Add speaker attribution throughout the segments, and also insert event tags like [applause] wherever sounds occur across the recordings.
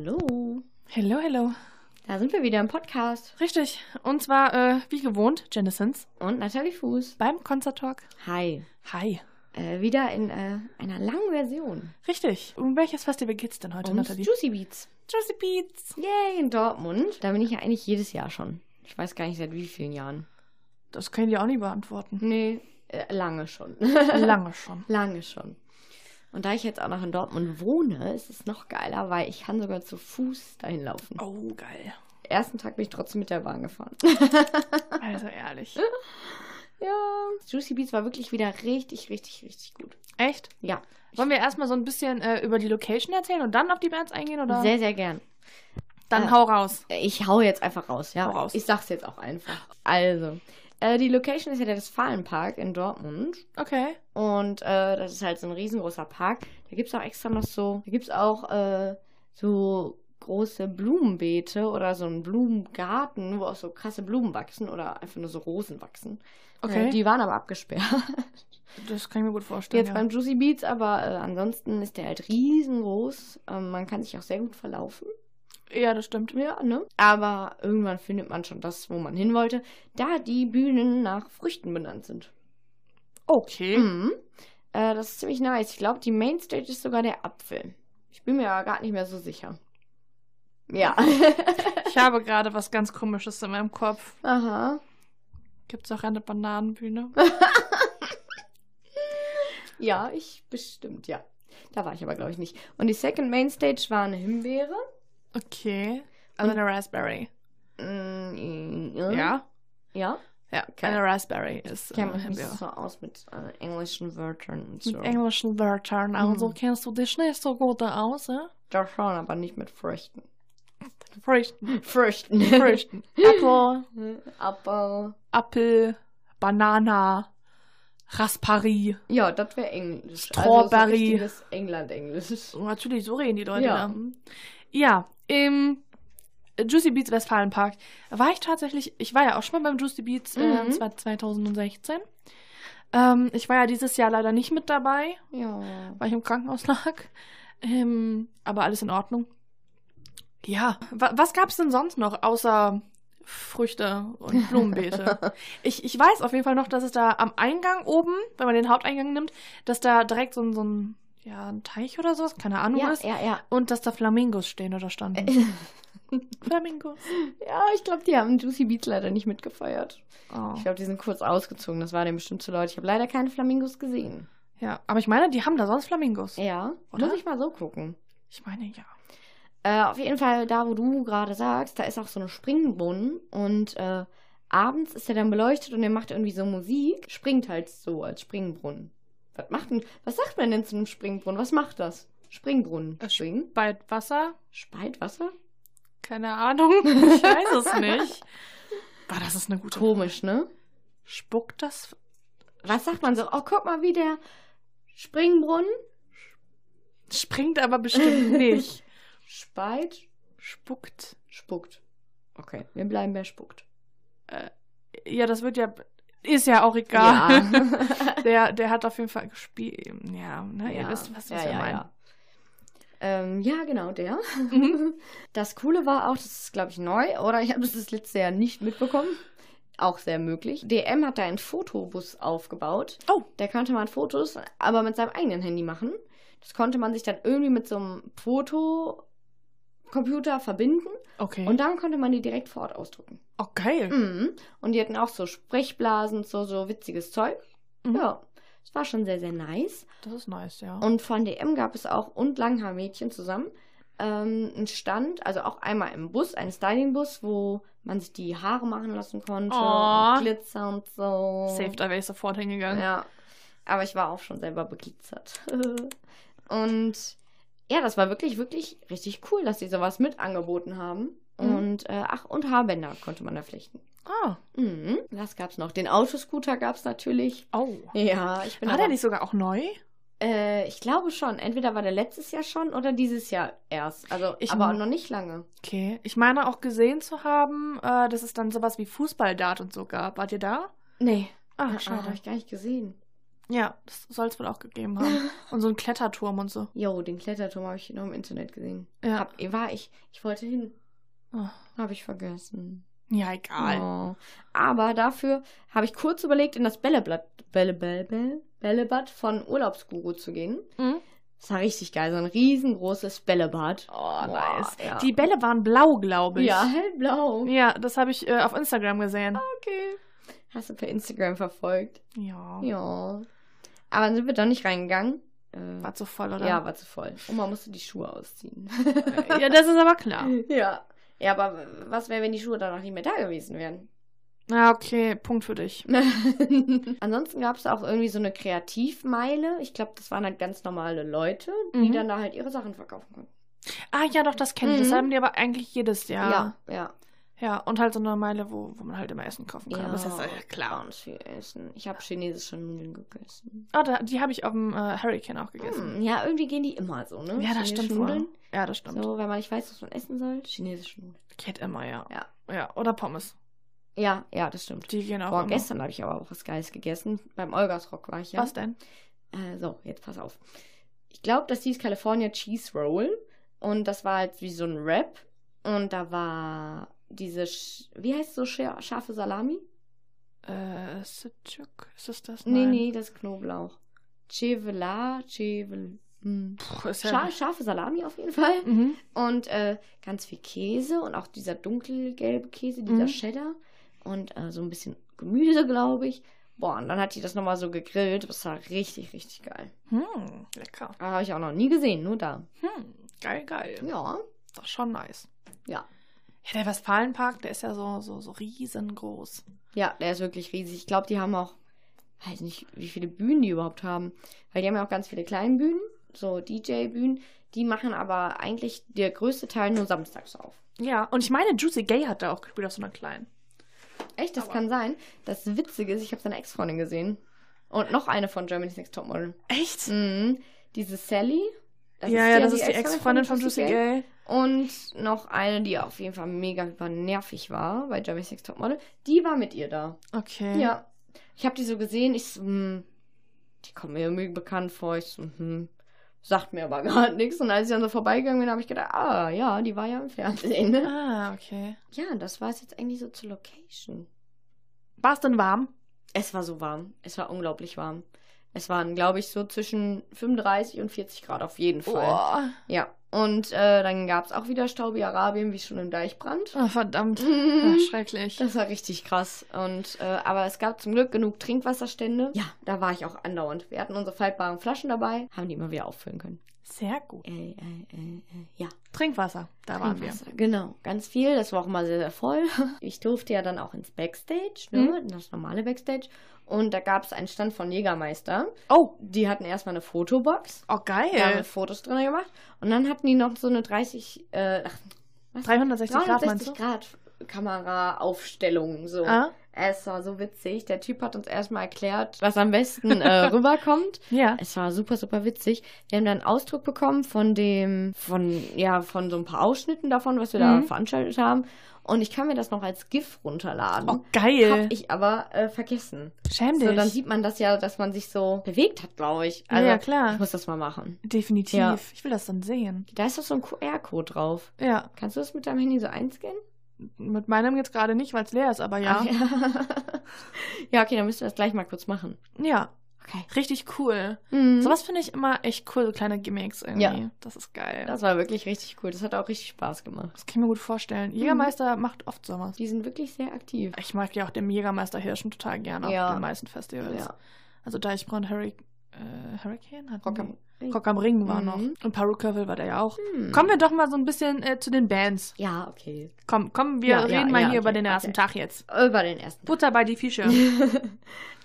Speaker 1: Hallo,
Speaker 2: Hello, hello.
Speaker 1: da sind wir wieder im Podcast
Speaker 2: Richtig. Und zwar, äh, wie gewohnt, Genesins
Speaker 1: und Natalie Fuß.
Speaker 2: beim Concert Talk.
Speaker 1: Hi,
Speaker 2: Hi.
Speaker 1: äh, wieder in äh, einer langen Version.
Speaker 2: Richtig. Um welches Festival geht's denn heute,
Speaker 1: Und
Speaker 2: Nathalie?
Speaker 1: Juicy Beats.
Speaker 2: Juicy Beats.
Speaker 1: Yay, in Dortmund. Da bin ich ja eigentlich jedes Jahr schon. Ich weiß gar nicht seit wie vielen Jahren.
Speaker 2: Das können die auch nicht [laughs] beantworten.
Speaker 1: Nee, äh, lange schon.
Speaker 2: Lange schon.
Speaker 1: [laughs] lange schon. Und da ich jetzt auch noch in Dortmund wohne, ist es noch geiler, weil ich kann sogar zu Fuß dahin laufen.
Speaker 2: Oh, geil.
Speaker 1: Ersten Tag bin ich trotzdem mit der Bahn gefahren. [laughs]
Speaker 2: Also ehrlich.
Speaker 1: ja. Juicy Beats war wirklich wieder richtig, richtig, richtig gut.
Speaker 2: [laughs] Echt?
Speaker 1: Ja,
Speaker 2: Wollen wir erstmal so ein bisschen äh, über die Location erzählen und dann auf die Bands eingehen? Oder?
Speaker 1: sehr, sehr gern.
Speaker 2: dann
Speaker 1: äh,
Speaker 2: hau raus.
Speaker 1: Ich hau jetzt einfach raus, ja.
Speaker 2: Hau raus.
Speaker 1: Ich sag's jetzt auch einfach. Also, äh, die Location ist ja der Westfalenpark in Dortmund.
Speaker 2: Okay.
Speaker 1: Und äh, das ist halt so ein riesengroßer Park. Da gibt's auch extra noch so, da gibt's auch äh, so große Blumenbeete oder so einen Blumengarten, wo auch so krasse Blumen wachsen oder einfach nur so Rosen wachsen.
Speaker 2: Okay.
Speaker 1: Äh, die waren aber abgesperrt. [laughs]
Speaker 2: das kann ich mir gut vorstellen.
Speaker 1: Jetzt beim Juicy Beats, aber äh, ansonsten ist der halt riesengroß. Ähm, man kann sich auch sehr gut verlaufen.
Speaker 2: ja. ja, das stimmt.
Speaker 1: Ja, ne? Aber irgendwann findet man schon das, wo man hin wollte, da die Bühnen nach Früchten benannt sind.
Speaker 2: Okay.
Speaker 1: Mhm. Äh, das ist ziemlich nice. Ich glaube, die Mainstage ist sogar der Apfel. Ich bin mir aber gar nicht mehr so sicher.
Speaker 2: [laughs]
Speaker 1: Ja.
Speaker 2: Ich habe gerade was ganz Komisches in meinem Kopf.
Speaker 1: Aha.
Speaker 2: Gibt's auch eine [laughs] Bananenbühne?
Speaker 1: Ja, ich bestimmt, ja. Da war ich aber, glaube ich, nicht. Und die Second Mainstage war eine Himbeere.
Speaker 2: Okay. Also
Speaker 1: Und-
Speaker 2: eine Raspberry.
Speaker 1: Mm,
Speaker 2: Ja?
Speaker 1: Ja.
Speaker 2: Ja,
Speaker 1: Okay.
Speaker 2: eine Raspberry
Speaker 1: Ich
Speaker 2: ist äh,
Speaker 1: kenne mich nicht
Speaker 2: Himbeere.
Speaker 1: so aus mit äh, englischen Wörtern und
Speaker 2: Mit
Speaker 1: so.
Speaker 2: englischen Wörtern, also
Speaker 1: Mhm.
Speaker 2: kennst du dich nicht so gut aus, ja?
Speaker 1: Da schon, aber nicht mit Früchten. [laughs]
Speaker 2: [laughs] Früchten,
Speaker 1: Früchten.
Speaker 2: Früchten. [laughs] Apple,
Speaker 1: Hm, Aber.
Speaker 2: Apfel, Banana, Raspberry.
Speaker 1: Ja, das wäre Englisch.
Speaker 2: Strawberry.
Speaker 1: Also so richtiges
Speaker 2: [laughs]
Speaker 1: England-Englisch.
Speaker 2: So, Natürlich, so reden die Leute
Speaker 1: Ja.
Speaker 2: da. Hm. Ja, im Juicy Beats Westfalenpark war ich tatsächlich, ich war ja auch schon mal beim Juicy Beats äh,
Speaker 1: Mhm.
Speaker 2: zwar 2016. Ähm, ich war ja dieses Jahr leider nicht mit dabei,
Speaker 1: Ja.
Speaker 2: weil ich im Krankenhaus [laughs] lag. Ähm, aber alles in Ordnung. Ja, wa was gab's denn sonst noch außer Früchte
Speaker 1: [laughs]
Speaker 2: und Blumenbeete? ich, ich weiß auf jeden Fall noch, dass es da am Eingang oben, wenn man den Haupteingang nimmt, dass da direkt so ein, so ein, ja, ein Teich oder sowas, keine Ahnung
Speaker 1: Ja, Äh.
Speaker 2: ist.
Speaker 1: ja, ja. [laughs]
Speaker 2: Und dass da Flamingos stehen oder standen. Flamingos.
Speaker 1: Ja, ich glaube, die haben Juicy Beats leider nicht mitgefeiert.
Speaker 2: Oh.
Speaker 1: Ich glaube, die sind kurz ausgezogen. Das war denen bestimmt zu Leute. Ich habe leider keine Flamingos gesehen.
Speaker 2: Ja, aber ich meine, die haben da sonst Flamingos.
Speaker 1: Ja.
Speaker 2: Oder?
Speaker 1: Muss ich mal so gucken.
Speaker 2: Ich meine, ja.
Speaker 1: Äh, auf jeden Fall, da wo du gerade sagst, da ist auch so eine Springbrunnen und äh, abends ist er dann beleuchtet und er macht irgendwie so Musik, springt halt so als Springbrunnen. Was macht denn, was sagt man denn zu einem Springbrunnen? Was macht das? Springbrunnen.
Speaker 2: Das
Speaker 1: Springen?
Speaker 2: Bei Wasser
Speaker 1: Speit Wasser?
Speaker 2: Keine Ahnung, ich weiß
Speaker 1: [laughs]
Speaker 2: es nicht. Boah, das ist eine gute
Speaker 1: Komisch, ne?
Speaker 2: Spuckt das?
Speaker 1: Was sagt man so? Oh, guck mal, wie der Springbrunnen
Speaker 2: Springt aber bestimmt nicht.
Speaker 1: speit,
Speaker 2: Spuckt.
Speaker 1: spuckt. Okay, wir bleiben bei spuckt.
Speaker 2: Ja, das wird ja. Ist ja auch egal. [laughs]
Speaker 1: [laughs]
Speaker 2: Der, der hat auf jeden Fall gespielt. Ja, ne, ihr wisst, was ich ja, meine.
Speaker 1: ja. Ähm, ja, genau, der.
Speaker 2: Mhm.
Speaker 1: [laughs] Das Coole war auch, das ist, glaube ich, neu, oder ich habe das das letzte Jahr nicht mitbekommen. Auch sehr möglich. DM hat da einen Fotobus aufgebaut.
Speaker 2: Oh.
Speaker 1: Da konnte man Fotos, aber mit seinem eigenen Handy machen. Das konnte man sich dann irgendwie mit so einem Fotocomputer verbinden
Speaker 2: Okay.
Speaker 1: und dann konnte man die direkt vor Ort ausdrucken.
Speaker 2: oh, geil.
Speaker 1: Mhm. Und die hatten auch so Sprechblasen, so, so witziges Zeug.
Speaker 2: Mhm.
Speaker 1: Ja, es war schon sehr, sehr nice.
Speaker 2: Das ist nice, ja.
Speaker 1: Und von DM gab es auch und Langhaar-Mädchen zusammen ähm, einen Stand, also auch einmal im Bus, einen Styling-Bus, wo man sich die Haare machen lassen konnte
Speaker 2: Oh.
Speaker 1: und Glitzer und so.
Speaker 2: Safe, ne? da wäre ich sofort hingegangen.
Speaker 1: Ja, aber ich war auch schon selber beglitzert. [laughs] und ja, das war wirklich, wirklich richtig cool, dass sie sowas mit angeboten haben.
Speaker 2: Mhm.
Speaker 1: Und äh, ach, und Haarbänder konnte man da flechten.
Speaker 2: Ah.
Speaker 1: Mhm. Was gab's noch? Den Autoscooter gab's natürlich.
Speaker 2: Oh.
Speaker 1: Ja, ich bin
Speaker 2: War
Speaker 1: aber-
Speaker 2: der nicht sogar auch neu?
Speaker 1: äh, ich glaube schon. Entweder war der letztes Jahr schon oder dieses Jahr erst. Also,
Speaker 2: Ich
Speaker 1: aber
Speaker 2: mu-
Speaker 1: noch nicht lange.
Speaker 2: Okay. Ich meine auch gesehen zu haben, äh, dass es dann sowas wie Fußballdart und so gab. Wart ihr da?
Speaker 1: Nee.
Speaker 2: Ah,
Speaker 1: Ah, schade,
Speaker 2: schade.
Speaker 1: habe ich gar nicht gesehen.
Speaker 2: Ja, das soll es wohl auch gegeben haben. Und so ein Kletterturm und so.
Speaker 1: Jo, den Kletterturm habe ich noch im Internet gesehen.
Speaker 2: Ja.
Speaker 1: Hab, war ich, ich wollte hin.
Speaker 2: Ah.
Speaker 1: Habe ich vergessen.
Speaker 2: Ja, egal.
Speaker 1: Oh. Aber dafür habe ich kurz überlegt, in das Bälleblatt, Bälle, Bälle, Bälle, Bällebad von Urlaubsguru zu gehen.
Speaker 2: Mhm.
Speaker 1: Das war richtig geil, so ein riesengroßes Bällebad. Oh,
Speaker 2: nice.
Speaker 1: Ja.
Speaker 2: Die Bälle waren blau, glaube ich.
Speaker 1: ja, hellblau.
Speaker 2: Ja, das habe ich äh, auf Instagram gesehen.
Speaker 1: Okay. Hast du per Instagram verfolgt?
Speaker 2: Ja.
Speaker 1: Ja. Aber dann sind wir doch nicht reingegangen. Äh,
Speaker 2: War zu voll, oder?
Speaker 1: ja, war zu voll. Oma musste die Schuhe ausziehen.
Speaker 2: [laughs] ja, das ist aber klar.
Speaker 1: [laughs] ja. Ja, aber was wäre, wenn die Schuhe danach nicht mehr da gewesen wären? [laughs]
Speaker 2: Ja, Ah, okay, Punkt für dich.
Speaker 1: Ansonsten gab es auch irgendwie so eine Kreativmeile. Ich glaube, das waren halt ganz normale Leute, die
Speaker 2: Mhm.
Speaker 1: dann da halt ihre Sachen verkaufen konnten.
Speaker 2: Ah, ja, doch, das kenne ich. Das
Speaker 1: Mhm.
Speaker 2: haben die aber eigentlich jedes Jahr.
Speaker 1: ja, ja.
Speaker 2: Ja, und halt so eine Meile, wo, wo man halt immer Essen kaufen kann.
Speaker 1: Ja.
Speaker 2: Das ist ja klar.
Speaker 1: Ganz viel Essen. Ich habe chinesische Nudeln gegessen.
Speaker 2: Ah, da, die habe ich auf dem äh, Hurricane auch gegessen.
Speaker 1: Hm, ja, irgendwie gehen die immer so, ne?
Speaker 2: Ja, das
Speaker 1: Chinesische
Speaker 2: stimmt wohl.
Speaker 1: Nudeln.
Speaker 2: Ja, das stimmt.
Speaker 1: So, wenn man nicht weiß, was man essen soll, chinesische Nudeln.
Speaker 2: Geht immer, ja.
Speaker 1: Ja.
Speaker 2: Ja, oder Pommes.
Speaker 1: Ja, ja, das stimmt.
Speaker 2: Die gehen auch
Speaker 1: Boah,
Speaker 2: immer.
Speaker 1: gestern habe ich aber auch was Geiles gegessen. Beim Olgas Rock war ich ja.
Speaker 2: Was denn?
Speaker 1: Äh, so, jetzt pass auf. Ich glaube, das hieß California Cheese Roll. Und das war halt wie so ein Wrap. Und da war diese, sch wie heißt so scha- scharfe Salami?
Speaker 2: Äh, Sitchuk? Ist das das?
Speaker 1: Nee,
Speaker 2: Nein.
Speaker 1: nee, das ist Knoblauch. Chevela, Chevel. Hm.
Speaker 2: Puh, ist ja...
Speaker 1: Scha scharfe Salami auf jeden Fall.
Speaker 2: Mhm.
Speaker 1: Und äh, ganz viel Käse und auch dieser dunkelgelbe Käse, dieser
Speaker 2: Mhm.
Speaker 1: Cheddar. Und äh, so ein bisschen Gemüse, glaube ich. Boah, und dann hat die das nochmal so gegrillt. Das war richtig, richtig geil.
Speaker 2: Hm, lecker.
Speaker 1: Aber habe ich auch noch nie gesehen, nur da.
Speaker 2: Hm, geil, geil.
Speaker 1: Ja.
Speaker 2: Doch schon nice.
Speaker 1: Ja.
Speaker 2: Ja, der Westfalenpark, der ist ja so, so, so riesengroß.
Speaker 1: Ja, der ist wirklich riesig. Ich glaube, die haben auch, weiß nicht, wie viele Bühnen die überhaupt haben. Weil die haben ja auch ganz viele kleine Bühnen, so DJ-Bühnen. Die machen aber eigentlich der größte Teil nur samstags auf.
Speaker 2: Ja, und ich meine, Juicy Gay hat da auch gespielt auf so einer kleinen.
Speaker 1: Echt, das
Speaker 2: Aber-
Speaker 1: kann sein. Das Witzige ist, ich habe seine Ex-Freundin gesehen. Und noch eine von Germany's Next Topmodel.
Speaker 2: Echt?
Speaker 1: Mhm. Diese Sally. Das
Speaker 2: ja,
Speaker 1: ist
Speaker 2: ja, Hm, das ist die E Ex-Freundin von
Speaker 1: Jussie
Speaker 2: Juicy Gay.
Speaker 1: Und noch eine, die auf jeden Fall mega übernervig war bei Germany's Next Topmodel. Die war mit ihr da.
Speaker 2: Okay.
Speaker 1: Ja. Ich habe die so gesehen, ich so, hm, die kommen mir irgendwie bekannt vor, ich so, hm, sagt mir aber [laughs] gar nichts. Und als ich dann so vorbeigegangen bin, habe ich gedacht, ah, ja, die war ja im Fernsehen. Ne?
Speaker 2: Ah, okay.
Speaker 1: [laughs] Ja, das war es jetzt eigentlich so zur Location.
Speaker 2: War es denn warm?
Speaker 1: Es war so warm, es war unglaublich warm. Es waren, glaube ich, so zwischen 35 und 40 Grad auf jeden
Speaker 2: Oh,
Speaker 1: Fall.
Speaker 2: Boah.
Speaker 1: Ja, und äh, dann gab es auch wieder Staub-Arabien, wie schon im Deichbrand.
Speaker 2: Ah, verdammt.
Speaker 1: [laughs] Mhm.
Speaker 2: Ah, schrecklich.
Speaker 1: Das war richtig krass. Und, äh, aber es gab zum Glück genug Trinkwasserstände. Ja, da war ich auch andauernd. Wir hatten unsere faltbaren Flaschen dabei, haben die immer wieder auffüllen können.
Speaker 2: Sehr gut.
Speaker 1: Äh, äh, äh, äh, ja,
Speaker 2: Trinkwasser, da waren wir.
Speaker 1: Trinkwasser. Genau, ganz viel. Das war auch immer sehr, sehr voll. [laughs] Ich durfte ja dann auch ins Backstage, ne? das normale Backstage. Und da gab es einen Stand von Jägermeister.
Speaker 2: Oh,
Speaker 1: Die hatten erstmal eine Fotobox.
Speaker 2: oh
Speaker 1: Da haben wir
Speaker 2: geil.
Speaker 1: Fotos drin gemacht. Und dann hatten die noch so eine 30, äh, ach,
Speaker 2: 360 Grad
Speaker 1: 360
Speaker 2: meinst du?
Speaker 1: Grad Kamera-Aufstellung. So.
Speaker 2: Ah,
Speaker 1: Es war so witzig. Der Typ hat uns erstmal erklärt, was am besten
Speaker 2: [laughs]
Speaker 1: äh, rüberkommt.
Speaker 2: ja.
Speaker 1: Es war super, super witzig. Wir haben dann einen Ausdruck bekommen von dem, von, ja, von so ein paar Ausschnitten davon, was wir da
Speaker 2: Mhm.
Speaker 1: veranstaltet haben. Und ich kann mir das noch als GIF runterladen.
Speaker 2: Oh,
Speaker 1: Hab
Speaker 2: geil.
Speaker 1: ich aber äh, vergessen.
Speaker 2: Schäm dich.
Speaker 1: So, dann sieht man das ja, dass man sich so bewegt hat, glaube ich. Also,
Speaker 2: ja,
Speaker 1: ich
Speaker 2: klar.
Speaker 1: muss das mal machen.
Speaker 2: Definitiv.
Speaker 1: Ja.
Speaker 2: Ich will das dann sehen.
Speaker 1: Da ist doch so ein QR-Code drauf.
Speaker 2: Ja.
Speaker 1: Kannst du das mit deinem Handy so einscannen?
Speaker 2: Mit meinem jetzt gerade nicht, weil es leer ist, aber ja.
Speaker 1: Ach ja. [laughs] ja, okay, dann müssen wir das gleich mal kurz machen.
Speaker 2: Ja.
Speaker 1: Okay.
Speaker 2: Richtig cool.
Speaker 1: Mhm.
Speaker 2: Sowas finde ich immer echt cool, so kleine Gimmicks irgendwie.
Speaker 1: Ja.
Speaker 2: Das ist geil. Das,
Speaker 1: Das war wirklich richtig cool. Das hat auch richtig Spaß gemacht.
Speaker 2: kann ich mir gut
Speaker 1: Mhm.
Speaker 2: vorstellen. Jägermeister macht oft sowas.
Speaker 1: Die sind wirklich sehr aktiv.
Speaker 2: Ich mag ja auch den Jägermeister Hirschen total gerne auf
Speaker 1: Ja.
Speaker 2: den meisten Festivals.
Speaker 1: Ja.
Speaker 2: Also Deichbrand, Hurri äh, Hurricane? hatten
Speaker 1: Rock
Speaker 2: die?
Speaker 1: am
Speaker 2: Rock am Ring war
Speaker 1: Mhm.
Speaker 2: noch. Und Perukaville war der ja auch.
Speaker 1: Hm.
Speaker 2: Kommen wir doch mal so ein bisschen äh, zu den Bands.
Speaker 1: Ja, okay.
Speaker 2: Komm, komm, wir
Speaker 1: Ja,
Speaker 2: reden
Speaker 1: ja,
Speaker 2: mal
Speaker 1: ja,
Speaker 2: hier über
Speaker 1: okay,
Speaker 2: den ersten
Speaker 1: okay.
Speaker 2: Tag jetzt.
Speaker 1: Über den ersten.
Speaker 2: Butter bei die Fische.
Speaker 1: [laughs]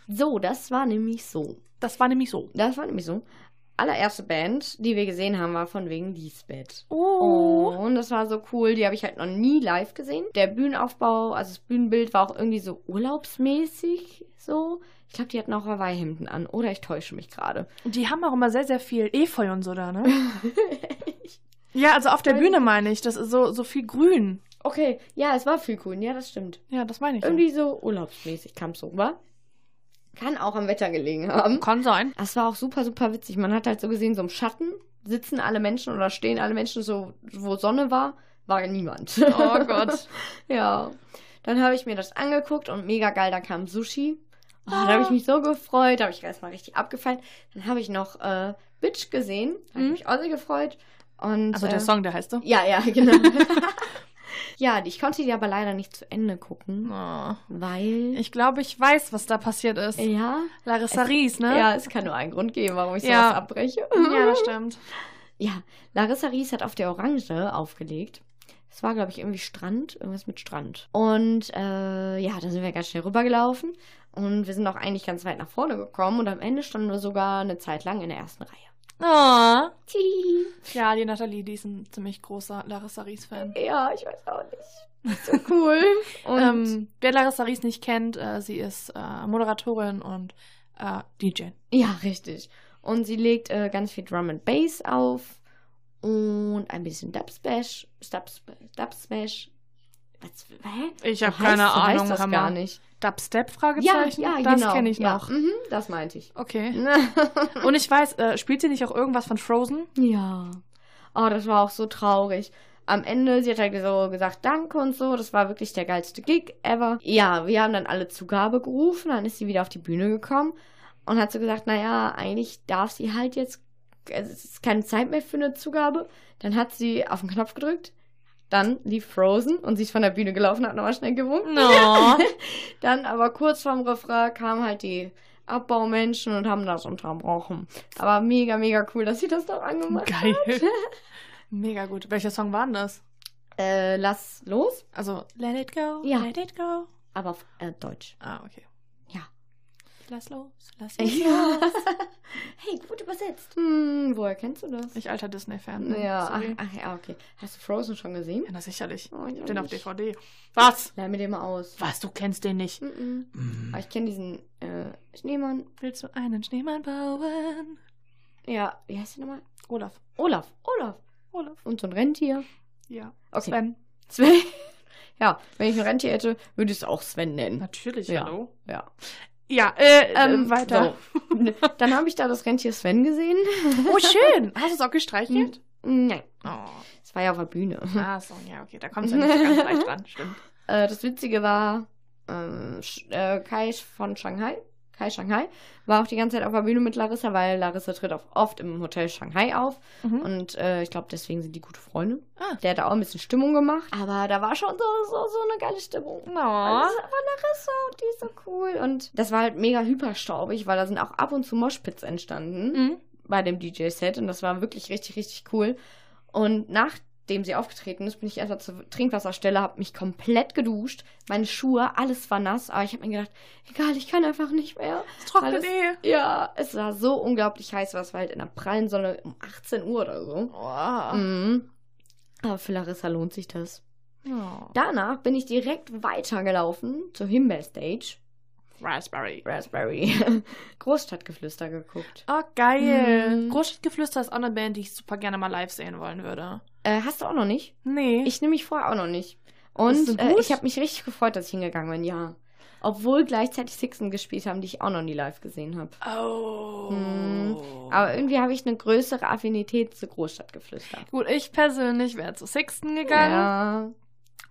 Speaker 1: So, das war nämlich so.
Speaker 2: Das war nämlich so.
Speaker 1: Das war nämlich so. Allererste Band, die wir gesehen haben, war von wegen Lisbeth.
Speaker 2: Oh.
Speaker 1: Und das war so cool. Die habe ich halt noch nie live gesehen. Der Bühnenaufbau, also das Bühnenbild war auch irgendwie so urlaubsmäßig so. Ich glaube, die hatten auch Hawaii-Hemden an. Oder ich täusche mich gerade.
Speaker 2: Und die haben auch immer sehr, sehr viel Efeu und so da,
Speaker 1: [laughs]
Speaker 2: ne? ja, also auf der Bühne meine ich. Das ist so, so viel grün.
Speaker 1: Okay, ja, es war viel cool. Ja, das stimmt.
Speaker 2: Ja, das meine ich. ja.
Speaker 1: Irgendwie so urlaubsmäßig kam es so rüber. Kann auch am Wetter gelegen haben.
Speaker 2: Oh, Kann sein.
Speaker 1: Das war auch super, super witzig. Man hat halt so gesehen, so im Schatten sitzen alle Menschen oder stehen alle Menschen so, wo Sonne war, war niemand.
Speaker 2: Oh Gott.
Speaker 1: [laughs] ja. Dann habe ich mir das angeguckt und mega geil, da kam Sushi. Oh, Da habe ich mich so gefreut, da habe ich erstmal richtig abgefallen. Dann habe ich noch äh, Bitch gesehen, habe
Speaker 2: Mhm.
Speaker 1: mich auch sehr gefreut. Und,
Speaker 2: also
Speaker 1: äh,
Speaker 2: der Song, der heißt so.
Speaker 1: Ja, ja, [laughs] genau. ja, die- ich konnte die aber leider nicht zu Ende gucken,
Speaker 2: Oh.
Speaker 1: weil.
Speaker 2: Ich glaube, ich weiß, was da passiert ist.
Speaker 1: ja,
Speaker 2: Larissa Ries, ne?
Speaker 1: ja, es kann nur einen Grund geben, warum ich sowas
Speaker 2: Ja.
Speaker 1: abbreche.
Speaker 2: ja, das stimmt.
Speaker 1: Ja, Larissa Ries hat auf der Orange aufgelegt. Es war, glaube ich, irgendwie Strand, irgendwas mit Strand. Und äh, ja, da sind wir ganz schnell rübergelaufen und wir sind auch eigentlich ganz weit nach vorne gekommen und am Ende standen wir sogar eine Zeit lang in der ersten Reihe.
Speaker 2: [laughs] Oh.
Speaker 1: Tihi.
Speaker 2: Ja, die Nathalie, die ist ein ziemlich großer Larissa Ries-Fan.
Speaker 1: Ja, ich weiß auch nicht. Nicht So
Speaker 2: [laughs]
Speaker 1: cool. Und
Speaker 2: Ähm, wer Larissa Ries nicht kennt, äh, sie ist äh, Moderatorin und äh, DJ.
Speaker 1: ja, richtig. Und sie legt äh, ganz viel Drum and Bass auf und ein bisschen Dub Smash. Dub, Dub Smash. Was? Hä?
Speaker 2: Ich
Speaker 1: So heißt- so heißt das gar nicht.
Speaker 2: Dubstep?
Speaker 1: Ja,
Speaker 2: Fragezeichen.
Speaker 1: ja,
Speaker 2: das
Speaker 1: genau.
Speaker 2: kenne ich
Speaker 1: ja.
Speaker 2: noch.
Speaker 1: Mhm, das meinte [laughs] ich.
Speaker 2: Okay. Und ich weiß, äh, spielt sie nicht auch irgendwas von Frozen?
Speaker 1: ja. Oh, das war auch so traurig. Am Ende, sie hat halt so gesagt, danke und so. Das war wirklich der geilste Gig ever. Ja, wir haben dann alle Zugabe gerufen. Dann ist sie wieder auf die Bühne gekommen und hat so gesagt, naja, eigentlich darf sie halt jetzt, es ist keine Zeit mehr für eine Zugabe. Dann hat sie auf den Knopf gedrückt. Dann lief Frozen und sie ist von der Bühne gelaufen, hat nochmal schnell gewunken. [laughs]
Speaker 2: [laughs] No.
Speaker 1: Dann aber kurz vorm Refrain kamen halt die Abbaumenschen und haben das unterbrochen. Aber mega, mega cool, dass sie das doch angemacht haben.
Speaker 2: Geil. Mega gut. Welcher Song war denn das?
Speaker 1: Äh, lass los,
Speaker 2: Also, Let It Go,
Speaker 1: Ja.
Speaker 2: Let It Go.
Speaker 1: aber auf äh, Deutsch.
Speaker 2: Ah, okay.
Speaker 1: Ja.
Speaker 2: Lass los, lass los. [laughs]
Speaker 1: hey, gut übersetzt. Hm, woher kennst du das?
Speaker 2: Ich alter Disney-Fan. bin.
Speaker 1: ja, ach,
Speaker 2: Sorry.
Speaker 1: ach ja, okay. Hast du Frozen schon gesehen?
Speaker 2: Ja, na sicherlich.
Speaker 1: Oh, ich
Speaker 2: Den auf
Speaker 1: nicht.
Speaker 2: DVD. Was?
Speaker 1: Leih mir den mal aus.
Speaker 2: Was, du kennst den nicht?
Speaker 1: Mhm. Aber ich kenne diesen äh, Schneemann.
Speaker 2: Willst du einen Schneemann bauen?
Speaker 1: Ja, wie heißt der nochmal?
Speaker 2: Olaf.
Speaker 1: Olaf. Olaf.
Speaker 2: Olaf.
Speaker 1: Und so ein Rentier.
Speaker 2: Ja.
Speaker 1: Okay.
Speaker 2: Sven.
Speaker 1: Sven. [laughs] Ja, wenn ich ein Rentier hätte, würde ich es auch Sven nennen.
Speaker 2: Natürlich,
Speaker 1: Ja.
Speaker 2: hallo.
Speaker 1: Ja.
Speaker 2: Ja, äh, ähm,
Speaker 1: Ähm,
Speaker 2: weiter.
Speaker 1: [laughs] So. Dann habe ich da das Rentier Sven gesehen.
Speaker 2: Oh, schön. Hast du es auch gestreichelt?
Speaker 1: Hm. Nein,
Speaker 2: Oh.
Speaker 1: es war ja auf der [laughs] Bühne.
Speaker 2: [laughs] Ah, so, ja, okay. Da kommst du ja nicht so ganz leicht ran. Stimmt.
Speaker 1: Äh, das Witzige war, ähm, Sch- äh, Kai von Shanghai, Kai Shanghai, war auch die ganze Zeit auf der Bühne mit Larissa, weil Larissa tritt auch oft im Hotel Shanghai auf.
Speaker 2: Mhm.
Speaker 1: Und äh, ich glaube, deswegen sind die gute Freunde.
Speaker 2: Ah.
Speaker 1: Der hat da auch ein bisschen Stimmung gemacht. Aber da war schon so, so, so eine geile Stimmung.
Speaker 2: No.
Speaker 1: Alles ist aber Larissa und die ist so cool. Und das war halt mega hyperstaubig, weil da sind auch ab und zu Moshpits entstanden
Speaker 2: Mhm.
Speaker 1: bei dem DJ-Set und das war wirklich richtig, richtig cool. Und nachdem sie aufgetreten ist, bin ich erstmal zur Trinkwasserstelle, habe mich komplett geduscht, meine Schuhe, alles war nass, aber ich habe mir gedacht, egal, ich kann einfach nicht mehr.
Speaker 2: Es trocknet
Speaker 1: Alles-
Speaker 2: eh.
Speaker 1: Ja, es war so unglaublich heiß, was war halt in der prallen Sonne um 18 Uhr oder so.
Speaker 2: Oh.
Speaker 1: Mhm. Aber für Larissa lohnt sich das.
Speaker 2: Oh.
Speaker 1: Danach bin ich direkt weitergelaufen zur Himbeer-Stage.
Speaker 2: Raspberry.
Speaker 1: Raspberry. [laughs] Großstadtgeflüster geguckt.
Speaker 2: Oh, geil.
Speaker 1: Mhm.
Speaker 2: Großstadtgeflüster ist auch eine Band, die ich super gerne mal live sehen wollen würde.
Speaker 1: Äh, hast du auch noch nicht?
Speaker 2: Nee.
Speaker 1: Ich nehme mich vorher auch noch nicht.
Speaker 2: Ist das
Speaker 1: Und äh,
Speaker 2: gut?
Speaker 1: ich habe mich richtig gefreut, dass ich hingegangen bin, ja. Obwohl gleichzeitig Sixen gespielt haben, die ich auch noch nie live gesehen habe.
Speaker 2: oh.
Speaker 1: Mhm. Aber irgendwie habe ich eine größere Affinität zu Großstadtgeflüster.
Speaker 2: Gut, ich persönlich wäre zu Sixten gegangen,
Speaker 1: Ja,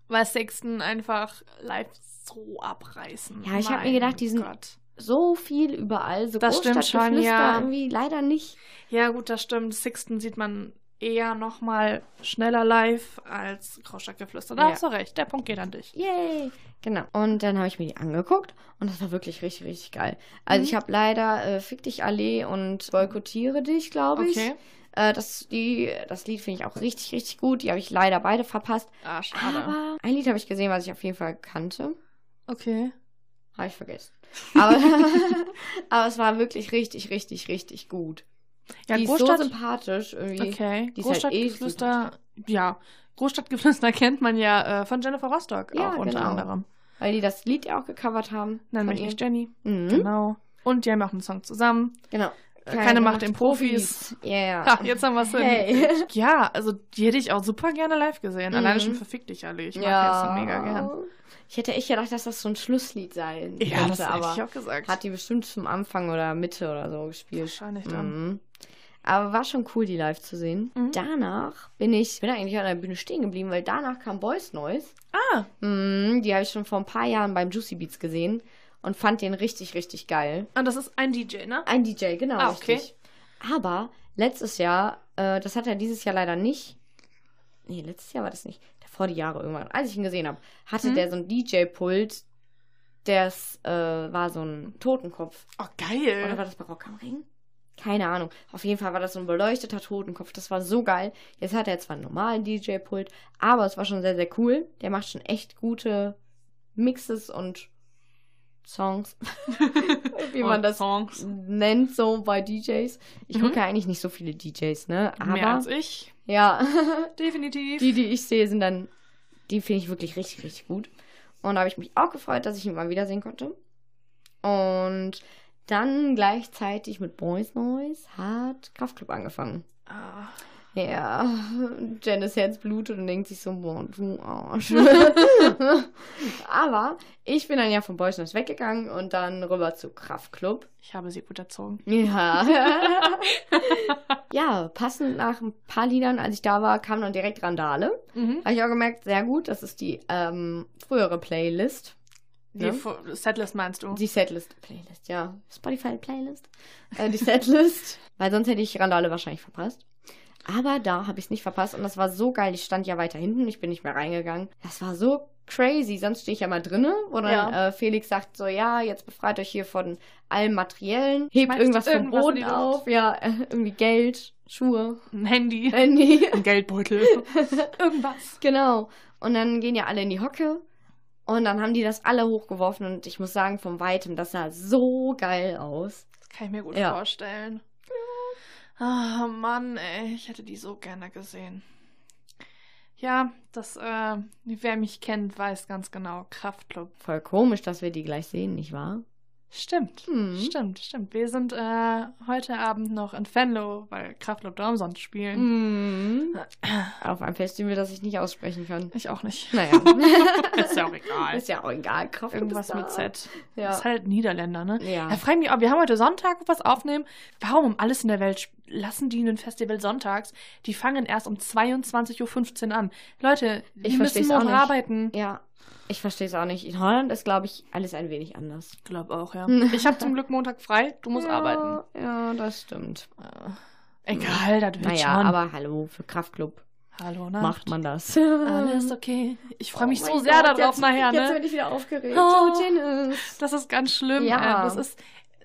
Speaker 2: weil Sixten einfach live so abreißen.
Speaker 1: Ja, ich hab mir
Speaker 2: Mein
Speaker 1: gedacht, die sind-
Speaker 2: Gott.
Speaker 1: so viel überall, so
Speaker 2: Das stimmt schon,
Speaker 1: Großstadtgeflüster
Speaker 2: ja.
Speaker 1: irgendwie leider nicht.
Speaker 2: Ja, gut, das stimmt. Sixten sieht man eher nochmal schneller live als Großstadtgeflüster. Da
Speaker 1: Ja.
Speaker 2: hast du recht. Der Punkt geht an dich.
Speaker 1: Yay! Genau. Und dann habe ich mir die angeguckt und das war wirklich richtig, richtig geil. Also
Speaker 2: Mhm.
Speaker 1: ich habe leider äh, Fick dich Allee und Boykottiere dich, glaube ich.
Speaker 2: Okay.
Speaker 1: Äh, das, die, das Lied finde ich auch richtig, richtig gut. Die habe ich leider beide verpasst.
Speaker 2: Ah, schade.
Speaker 1: Aber ein Lied habe ich gesehen, was ich auf jeden Fall kannte.
Speaker 2: okay.
Speaker 1: Habe ich
Speaker 2: [laughs]
Speaker 1: vergessen. Aber, [laughs] aber es war wirklich richtig, richtig, richtig gut.
Speaker 2: Ja,
Speaker 1: die ist so
Speaker 2: Großstadt.
Speaker 1: sympathisch irgendwie.
Speaker 2: okay.
Speaker 1: die ist halt eh
Speaker 2: Großstadtgeflüster. ja. Großstadtgeflüster [laughs] kennt man ja äh, von Jennifer Rostock
Speaker 1: Ja,
Speaker 2: auch unter
Speaker 1: genau.
Speaker 2: anderem.
Speaker 1: Weil die das Lied ja auch gecovert haben.
Speaker 2: Nenn
Speaker 1: von
Speaker 2: mich
Speaker 1: ihr.
Speaker 2: nicht Jenny.
Speaker 1: Mhm.
Speaker 2: Genau. Und die haben auch einen Song zusammen.
Speaker 1: Genau.
Speaker 2: Keine, Macht den Profis.
Speaker 1: Ja, ja.
Speaker 2: Ha, jetzt haben wir es hin.
Speaker 1: Ah. Hey.
Speaker 2: Ja, also die hätte ich auch super gerne live gesehen. Alleine
Speaker 1: Mhm.
Speaker 2: schon verfick dich alle. Ich mag ja. mega gern.
Speaker 1: Ich hätte echt gedacht, dass das so ein Schlusslied sein
Speaker 2: Ja, das hätte
Speaker 1: aber
Speaker 2: ich auch gesagt.
Speaker 1: hat die bestimmt zum Anfang oder Mitte oder so gespielt.
Speaker 2: Wahrscheinlich dann.
Speaker 1: Mhm. Aber war schon cool, die live zu sehen.
Speaker 2: Mhm.
Speaker 1: Danach bin ich, bin eigentlich an der Bühne stehen geblieben, weil danach kam Boys Noise.
Speaker 2: Ah,
Speaker 1: Mhm, die habe ich schon vor ein paar Jahren beim Juicy Beats gesehen und fand den richtig, richtig geil.
Speaker 2: und Ah, das ist ein DJ, ne?
Speaker 1: Ein DJ, genau.
Speaker 2: Ah, okay.
Speaker 1: Richtig. Aber letztes Jahr, äh, das hat er dieses Jahr leider nicht. Nee, letztes Jahr war das nicht. Vor die Jahre irgendwann, als ich ihn gesehen habe, hatte
Speaker 2: Hm?
Speaker 1: der so ein DJ-Pult. Das äh, war so ein Totenkopf.
Speaker 2: Oh,
Speaker 1: Oder war
Speaker 2: geil.
Speaker 1: das Barock am Ring? Äh. Keine Ahnung. Auf jeden Fall war das so ein beleuchteter Totenkopf. Das war so geil. Jetzt hat er zwar einen normalen DJ-Pult, aber es war schon sehr, sehr cool. Der macht schon echt gute Mixes und Songs. [laughs] Wie man
Speaker 2: Und
Speaker 1: das
Speaker 2: Songs.
Speaker 1: nennt so bei DJs. Ich
Speaker 2: Mhm.
Speaker 1: gucke ja eigentlich nicht so viele DJs, ne? Aber
Speaker 2: Mehr als ich.
Speaker 1: ja, [laughs]
Speaker 2: Definitiv.
Speaker 1: die, die ich sehe, sind dann, die finde ich wirklich richtig, richtig gut. Und da habe ich mich auch gefreut, dass ich ihn mal wiedersehen konnte. Und dann gleichzeitig mit Boys Noise hat Kraftclub angefangen.
Speaker 2: Ah.
Speaker 1: Ja, [laughs] Janice Herz blutet und denkt sich so, boah, du Arsch. [laughs] Aber ich bin dann ja von Boys Noise weggegangen und dann rüber zu Kraftclub.
Speaker 2: Ich habe sie gut erzogen.
Speaker 1: Ja. [laughs] ja, passend nach ein paar Liedern, als ich da war, kam dann direkt Randale.
Speaker 2: Mhm.
Speaker 1: Habe ich auch gemerkt, sehr gut, das ist die ähm, frühere Playlist.
Speaker 2: Die
Speaker 1: Ne?
Speaker 2: Fu- Setlist meinst du?
Speaker 1: Die Setlist-Playlist, ja. Spotify-Playlist. Äh,
Speaker 2: [laughs]
Speaker 1: die Setlist. Weil sonst hätte ich Randale wahrscheinlich verpasst. Aber da habe ich es nicht verpasst und das war so geil. Ich stand ja weiter hinten, ich bin nicht mehr reingegangen. Das war so crazy. Sonst stehe ich ja mal drinne, wo dann
Speaker 2: Ja.
Speaker 1: äh, Felix sagt so, ja, jetzt befreit euch hier von allem Materiellen. Hebt
Speaker 2: Schmeißt
Speaker 1: irgendwas vom
Speaker 2: irgendwas in
Speaker 1: Boden
Speaker 2: die Luft.
Speaker 1: auf. Ja, [laughs] äh, irgendwie Geld, Schuhe, Äh,
Speaker 2: Ein
Speaker 1: [laughs]
Speaker 2: Handy. [laughs]
Speaker 1: Handy.
Speaker 2: Ein Geldbeutel. Irgendwas.
Speaker 1: Genau. Und dann gehen ja alle in die Hocke. Und dann haben die das alle hochgeworfen. Und ich muss sagen, von weitem, das sah so geil aus.
Speaker 2: Das kann ich mir gut
Speaker 1: Ja.
Speaker 2: vorstellen. Ah, Mann, ey. Ich hätte die so gerne gesehen. Ja, das, äh, wer mich kennt, weiß ganz genau. Kraftclub.
Speaker 1: Voll komisch, dass wir die gleich sehen, nicht wahr?
Speaker 2: Stimmt.
Speaker 1: Hm.
Speaker 2: Stimmt, stimmt. Wir sind äh, heute Abend noch in Venlo, weil Kraftclub da umsonst spielen.
Speaker 1: Mhm. Auf einem Festival, das ich nicht aussprechen kann.
Speaker 2: [laughs] Ich auch nicht.
Speaker 1: Naja.
Speaker 2: Ist ja auch egal.
Speaker 1: Ist ja auch egal. Kraft ist
Speaker 2: Irgendwas
Speaker 1: da.
Speaker 2: mit Z.
Speaker 1: Ja.
Speaker 2: Ist halt Niederländer, ne?
Speaker 1: ja.
Speaker 2: Da fragen die auch, wir haben heute Sonntag was aufnehmen. Warum um alles in der Welt sp- lassen die ein Festival sonntags? Die fangen erst um 22.15 Uhr an. Leute, die
Speaker 1: Ich versteh's
Speaker 2: müssen morgen
Speaker 1: auch nicht.
Speaker 2: arbeiten.
Speaker 1: Ja. Ich verstehe es auch nicht. In Holland ist, glaube ich, alles ein wenig anders.
Speaker 2: Ich glaube auch, ja. Ich habe zum Glück Montag frei, du musst
Speaker 1: ja,
Speaker 2: arbeiten.
Speaker 1: Ja, das stimmt.
Speaker 2: Äh, egal, das wird
Speaker 1: Naja,
Speaker 2: schon.
Speaker 1: aber hallo, für Kraftclub
Speaker 2: Hallo, ne?
Speaker 1: macht man das. [laughs]
Speaker 2: Alles okay. Ich freue mich
Speaker 1: Oh
Speaker 2: so
Speaker 1: mein
Speaker 2: sehr
Speaker 1: Gott,
Speaker 2: darauf
Speaker 1: jetzt,
Speaker 2: nachher,
Speaker 1: Jetzt
Speaker 2: ne?
Speaker 1: bin ich wieder aufgeregt.
Speaker 2: Oh.
Speaker 1: Oh, Dennis.
Speaker 2: Das ist ganz schlimm.
Speaker 1: Ja.
Speaker 2: Ja. Das ist,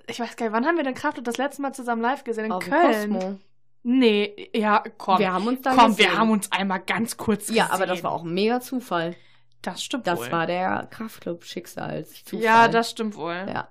Speaker 2: ich weiß gar nicht, wann haben wir denn Kraftclub das letzte Mal zusammen live gesehen? In
Speaker 1: Auf dem
Speaker 2: Köln?
Speaker 1: Cosmo.
Speaker 2: Nee, ja, komm.
Speaker 1: Wir haben uns da
Speaker 2: komm,
Speaker 1: gesehen.
Speaker 2: wir haben uns einmal ganz kurz
Speaker 1: Ja,
Speaker 2: gesehen.
Speaker 1: aber das war auch ein mega Zufall.
Speaker 2: Das stimmt
Speaker 1: Das
Speaker 2: wohl.
Speaker 1: war der Kraftclub-Schicksals-Zufall.
Speaker 2: Ja, das stimmt wohl.
Speaker 1: Ja,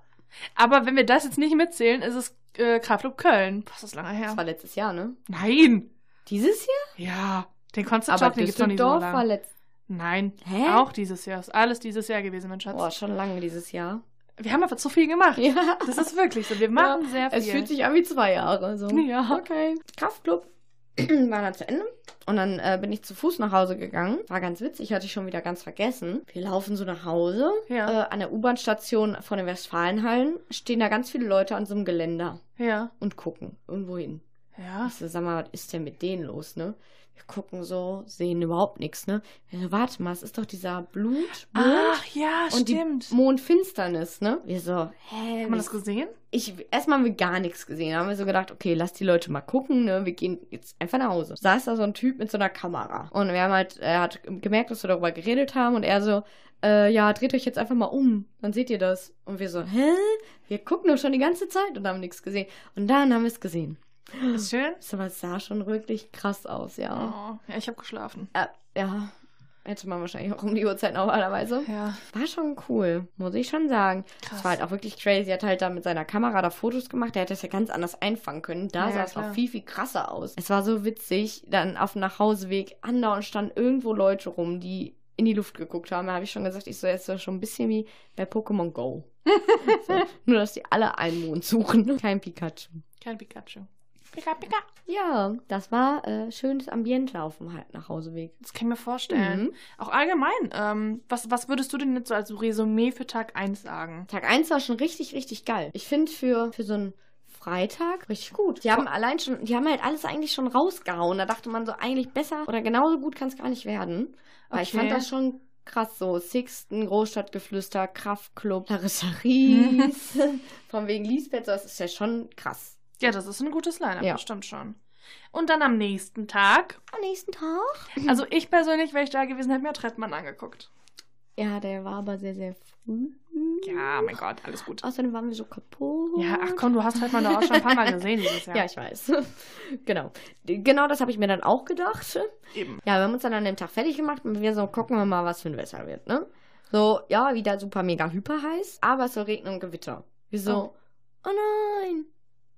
Speaker 2: Aber wenn wir das jetzt nicht mitzählen, ist es äh, Kraftclub Köln. Was ist lange her?
Speaker 1: das war letztes Jahr, ne?
Speaker 2: Nein.
Speaker 1: Dieses Jahr?
Speaker 2: Ja, den Konstantin
Speaker 1: Aber
Speaker 2: Joplin gibt's noch nicht so
Speaker 1: Düsseldorf war
Speaker 2: lange.
Speaker 1: letztes
Speaker 2: Nein,
Speaker 1: Hä?
Speaker 2: auch dieses Jahr. Ist alles dieses Jahr gewesen, mein Schatz.
Speaker 1: Boah, schon lange dieses
Speaker 2: [laughs]
Speaker 1: Jahr.
Speaker 2: Wir haben einfach zu viel gemacht.
Speaker 1: Ja.
Speaker 2: Das ist wirklich so. Wir machen sehr viel.
Speaker 1: Es fühlt sich an wie zwei Jahre. So.
Speaker 2: Ja.
Speaker 1: Okay. Kraftclub [clears throat] war dann zu Ende. Und dann äh, bin ich zu Fuß nach Hause gegangen. War ganz witzig, hatte ich schon wieder ganz vergessen. Wir laufen so nach Hause.
Speaker 2: ja,
Speaker 1: Äh, an der U-Bahn-Station von den Westfalenhallen stehen da ganz viele Leute an so einem Geländer
Speaker 2: ja,
Speaker 1: und gucken irgendwo hin.
Speaker 2: ja.
Speaker 1: Ich so, sag mal, was ist denn mit denen los, ne? Wir gucken so, sehen überhaupt nichts, ne? Ich so, warte mal, es ist doch dieser Blut, Mond
Speaker 2: Ach ja,
Speaker 1: und
Speaker 2: stimmt.
Speaker 1: die Mondfinsternis, ne? Wir so, hä?
Speaker 2: Haben wir das gesehen?
Speaker 1: ich, erstmal haben wir gar nichts gesehen. Da haben wir so gedacht, okay, lass die Leute mal gucken, ne? Wir gehen jetzt einfach nach Hause. Saß da so ein Typ mit so einer Kamera. Und wir haben halt, er hat gemerkt, dass wir darüber geredet haben und er so, äh, ja, dreht euch jetzt einfach mal um, dann seht ihr das. Und wir so, hä? Wir gucken doch schon die ganze Zeit und haben nichts gesehen. Und dann haben wir es gesehen.
Speaker 2: Ist schön.
Speaker 1: Ist Aber es sah schon wirklich krass aus, ja.
Speaker 2: Oh, ja, ich habe geschlafen.
Speaker 1: Äh, ja. Hätte man wahrscheinlich auch um die Uhrzeit normalerweise.
Speaker 2: Ja,
Speaker 1: War schon cool, muss ich schon sagen.
Speaker 2: krass.
Speaker 1: Das war halt auch wirklich crazy. Er hat halt da mit seiner Kamera da Fotos gemacht. Der hätte das ja ganz anders einfangen können. Da
Speaker 2: Ja,
Speaker 1: sah es
Speaker 2: klar.
Speaker 1: noch viel, viel krasser aus. Es war so witzig. Dann auf dem Nachhauseweg andauernd standen irgendwo Leute rum, die in die Luft geguckt haben. Da habe ich schon gesagt, ich so, jetzt so schon ein bisschen wie bei Pokémon
Speaker 2: [laughs]
Speaker 1: Go. so, nur, dass die alle einen Mond suchen. [laughs] Kein Pikachu.
Speaker 2: Kein Pikachu. Pika, Pika.
Speaker 1: Ja, das war äh, schönes Ambiente auf dem halt Nachhauseweg. Mhm.
Speaker 2: Das kann ich mir vorstellen. Auch allgemein, ähm, was, was würdest du denn jetzt so als Resümee für Tag 1 sagen?
Speaker 1: Tag 1 war schon richtig, richtig geil. Ich finde für, für so einen Freitag richtig gut. Die haben allein schon, die haben halt alles eigentlich schon rausgehauen. Da dachte man so, eigentlich besser oder genauso gut kann es gar nicht werden. Weil ich
Speaker 2: Okay.
Speaker 1: fand das schon krass so. Sixten, Großstadtgeflüster, Kraftclub, Larissa
Speaker 2: [laughs]
Speaker 1: Ries. Von wegen Lisbeth, so, das ist ja schon krass.
Speaker 2: Ja, das ist ein gutes Line-Up,
Speaker 1: Ja.
Speaker 2: das stimmt schon. Und dann am nächsten
Speaker 1: [laughs]
Speaker 2: Tag.
Speaker 1: Am nächsten Tag?
Speaker 2: Also ich persönlich, wäre ich da gewesen, hätte mir Trettmann angeguckt.
Speaker 1: Ja, der war aber sehr, sehr früh.
Speaker 2: Ja, mein Gott, alles gut.
Speaker 1: Außerdem waren wir so kaputt.
Speaker 2: Ja, ach komm, du hast Trettmann doch auch schon ein paar Mal gesehen
Speaker 1: [laughs]
Speaker 2: dieses Jahr.
Speaker 1: Ja, ich weiß. genau. Genau das habe ich mir dann auch gedacht.
Speaker 2: eben.
Speaker 1: Ja, wir haben uns dann an dem Tag fertig gemacht und wir so, gucken wir mal, was für ein Wetter wird, ne? So, ja, wieder super mega hyper heiß, aber es soll regnen und Gewitter. Wir so, oh, nein.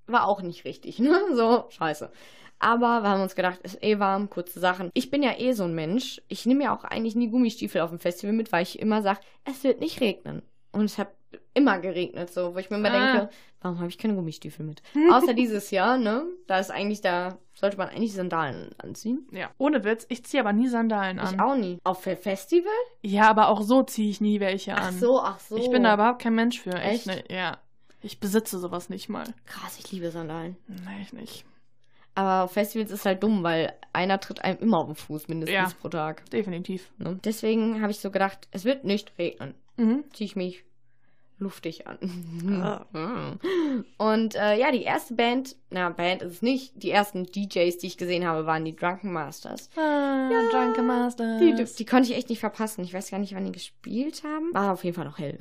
Speaker 1: War auch nicht richtig, ne? [laughs] So, scheiße. Aber wir haben uns gedacht, ist eh warm, kurze Sachen. Ich bin ja eh so ein Mensch. Ich nehme ja auch eigentlich nie Gummistiefel auf dem Festival mit, weil ich immer sage, es wird nicht regnen. Und es hat immer geregnet, so, wo ich mir immer
Speaker 2: Ah.
Speaker 1: denke, warum habe ich keine Gummistiefel mit? Außer dieses Jahr, ne? Da ist eigentlich, da sollte man eigentlich Sandalen anziehen.
Speaker 2: Ja. Ohne Witz, ich ziehe aber nie Sandalen
Speaker 1: Ich
Speaker 2: an.
Speaker 1: auch nie. Auf Fe- Festival?
Speaker 2: Ja, aber auch so ziehe ich nie welche an.
Speaker 1: Ach so, ach so.
Speaker 2: Ich bin da überhaupt kein Mensch für.
Speaker 1: Echt?
Speaker 2: Echt? Ne, ja. Ich besitze sowas nicht mal.
Speaker 1: Krass, ich liebe Sandalen.
Speaker 2: Nee, ich nicht.
Speaker 1: Aber auf Festivals ist halt dumm, weil einer tritt einem immer auf den Fuß, mindestens
Speaker 2: Ja.
Speaker 1: pro Tag.
Speaker 2: Definitiv.
Speaker 1: Ne? Deswegen habe ich so gedacht, es wird nicht regnen.
Speaker 2: Mhm.
Speaker 1: Ziehe ich mich luftig an. [laughs]
Speaker 2: Ah.
Speaker 1: Und äh, ja, die erste Band, na, Band ist es nicht, die ersten DJs, die ich gesehen habe, waren die Drunken Masters.
Speaker 2: Ah,
Speaker 1: Ja,
Speaker 2: Drunken Masters.
Speaker 1: Die, Äh, die konnte ich echt nicht verpassen. Ich weiß gar nicht, wann die gespielt haben. War auf jeden Fall noch [laughs] hell.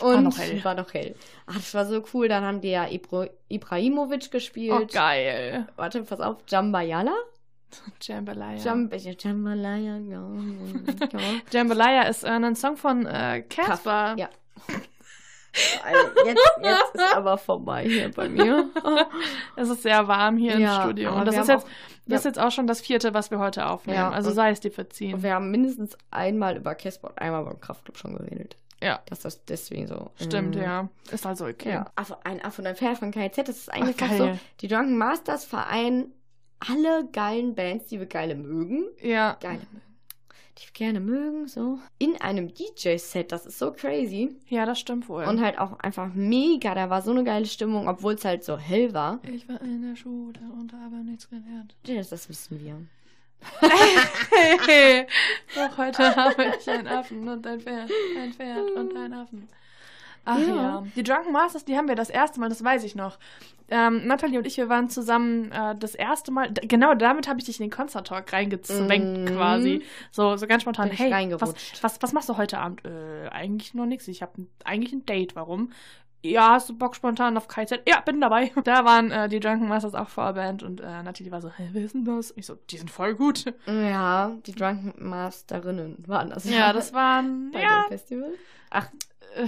Speaker 1: Und
Speaker 2: War noch hell.
Speaker 1: War noch hell. Ach, das war so cool. Dann haben die ja Ibro Ibrahimovic
Speaker 2: Oh,
Speaker 1: gespielt.
Speaker 2: geil.
Speaker 1: Warte, pass auf. Jambayala?
Speaker 2: Jambalaya.
Speaker 1: Jam Jambalaya, ja. ja.
Speaker 2: Jambalaya ist äh, ein Song von äh, Casper.
Speaker 1: Ja. Also jetzt, jetzt ist aber vorbei hier bei mir.
Speaker 2: [laughs] Es ist sehr warm hier
Speaker 1: Ja,
Speaker 2: im Studio.
Speaker 1: aber
Speaker 2: Und das
Speaker 1: wir
Speaker 2: ist
Speaker 1: haben
Speaker 2: jetzt, das ist jetzt auch schon das vierte, was wir heute aufnehmen.
Speaker 1: Ja,
Speaker 2: also
Speaker 1: und-
Speaker 2: sei es dir
Speaker 1: Und
Speaker 2: verziehen.
Speaker 1: wir haben mindestens einmal über Casper und einmal beim Kraftclub schon geredet.
Speaker 2: Ja.
Speaker 1: Dass das deswegen so.
Speaker 2: Stimmt,
Speaker 1: mm,
Speaker 2: ja. Ist also okay.
Speaker 1: Ja. Affe, ein Affe und ein Pferd von KZ, das ist eigentlich
Speaker 2: Ach,
Speaker 1: fast so.
Speaker 2: geil.
Speaker 1: Die Drunken Masters vereinen alle geilen Bands, die wir geile mögen.
Speaker 2: Ja.
Speaker 1: Geile mögen. Die wir gerne mögen, so. In einem DJ-Set, das ist so crazy.
Speaker 2: Ja, das stimmt wohl.
Speaker 1: Und halt auch einfach mega, da war so eine geile Stimmung, obwohl es halt so hell war.
Speaker 2: ich war in der Schule und habe nichts gelernt.
Speaker 1: Das, das wissen wir.
Speaker 2: Hey,
Speaker 1: [laughs]
Speaker 2: auch heute habe ich einen Affen und ein Pferd, ein Pferd und einen Affen. Ach
Speaker 1: Ja.
Speaker 2: ja. Die Drunken Masters, die haben wir das erste Mal, das weiß ich noch. Ähm, Natalie und ich, wir waren zusammen äh, das erste Mal, d- genau damit habe ich dich in den Concert Talk reingezwängt
Speaker 1: Mhm.
Speaker 2: quasi. So, so ganz spontan,
Speaker 1: Bin ich
Speaker 2: hey, was,
Speaker 1: reingerutscht.
Speaker 2: was, was machst du heute Abend? Äh, eigentlich noch nichts, ich habe eigentlich ein Date, warum? Ja, hast du Bock spontan auf KZ? Ja, bin dabei. [laughs] Da waren äh, die Drunken Masters auch Vorband und äh, Natalie war so, hä, wer ist denn das? Ich so, die sind voll gut.
Speaker 1: Ja, die Drunken Masterinnen waren das.
Speaker 2: Ja, das waren.
Speaker 1: [laughs] bei
Speaker 2: Ja.
Speaker 1: dem Festival. Ach,
Speaker 2: Äh,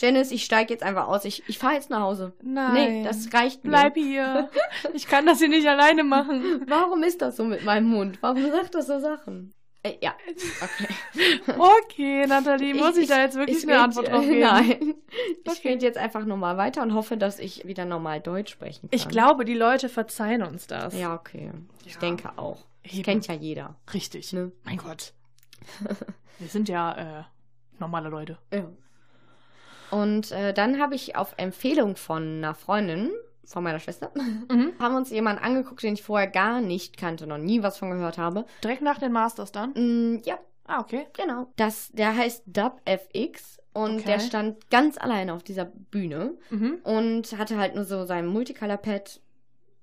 Speaker 1: Janice, ich steige jetzt einfach aus. Ich, ich fahre jetzt nach Hause.
Speaker 2: Nein.
Speaker 1: Nee, das reicht mir.
Speaker 2: Bleib hier. Ich kann das hier nicht alleine machen.
Speaker 1: Warum ist das so mit meinem Mund? Warum sagt das so Sachen? Äh,
Speaker 2: [laughs]
Speaker 1: ja, okay.
Speaker 2: Okay, Nathalie, muss ich, da jetzt wirklich eine
Speaker 1: red- [laughs]
Speaker 2: Antwort drauf geben?
Speaker 1: äh,
Speaker 2: [laughs]
Speaker 1: Nein. Ich
Speaker 2: Okay.
Speaker 1: rede jetzt einfach normal weiter und hoffe, dass ich wieder normal Deutsch sprechen kann.
Speaker 2: Ich glaube, die Leute verzeihen uns das.
Speaker 1: Ja, okay. Ich
Speaker 2: Ja.
Speaker 1: denke auch.
Speaker 2: Eben.
Speaker 1: Das kennt ja jeder.
Speaker 2: Richtig.
Speaker 1: Ne?
Speaker 2: Mein Gott. Wir sind ja äh, normale Leute.
Speaker 1: Ja. Und äh, dann habe ich auf Empfehlung von einer Freundin, von meiner Schwester, [laughs] haben uns jemanden angeguckt, den ich vorher gar nicht kannte, noch nie was von gehört habe.
Speaker 2: Direkt nach den Masters dann.
Speaker 1: Mm, ja,
Speaker 2: Ah, okay.
Speaker 1: genau. Das, der heißt DubFX und
Speaker 2: Okay.
Speaker 1: der stand ganz alleine auf dieser Bühne
Speaker 2: Mhm.
Speaker 1: und hatte halt nur so sein Multicolor-Pad.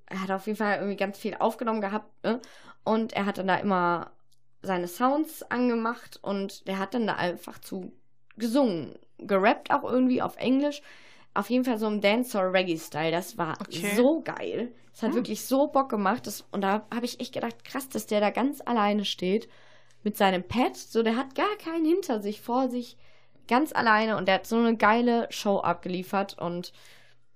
Speaker 1: Er hat auf jeden Fall irgendwie ganz viel aufgenommen gehabt, ne? Und er hat dann da immer seine Sounds angemacht und er hat dann da einfach zu gesungen. Gerappt auch irgendwie auf Englisch. Auf jeden Fall so im Dancehall-Reggae-Style. Das war
Speaker 2: Okay.
Speaker 1: so geil. Es hat
Speaker 2: Hm.
Speaker 1: wirklich so Bock gemacht. Das, und da habe ich echt gedacht, krass, dass der da ganz alleine steht mit seinem Pad. So, der hat gar keinen hinter sich, vor sich, ganz alleine. Und der hat so eine geile Show abgeliefert. Und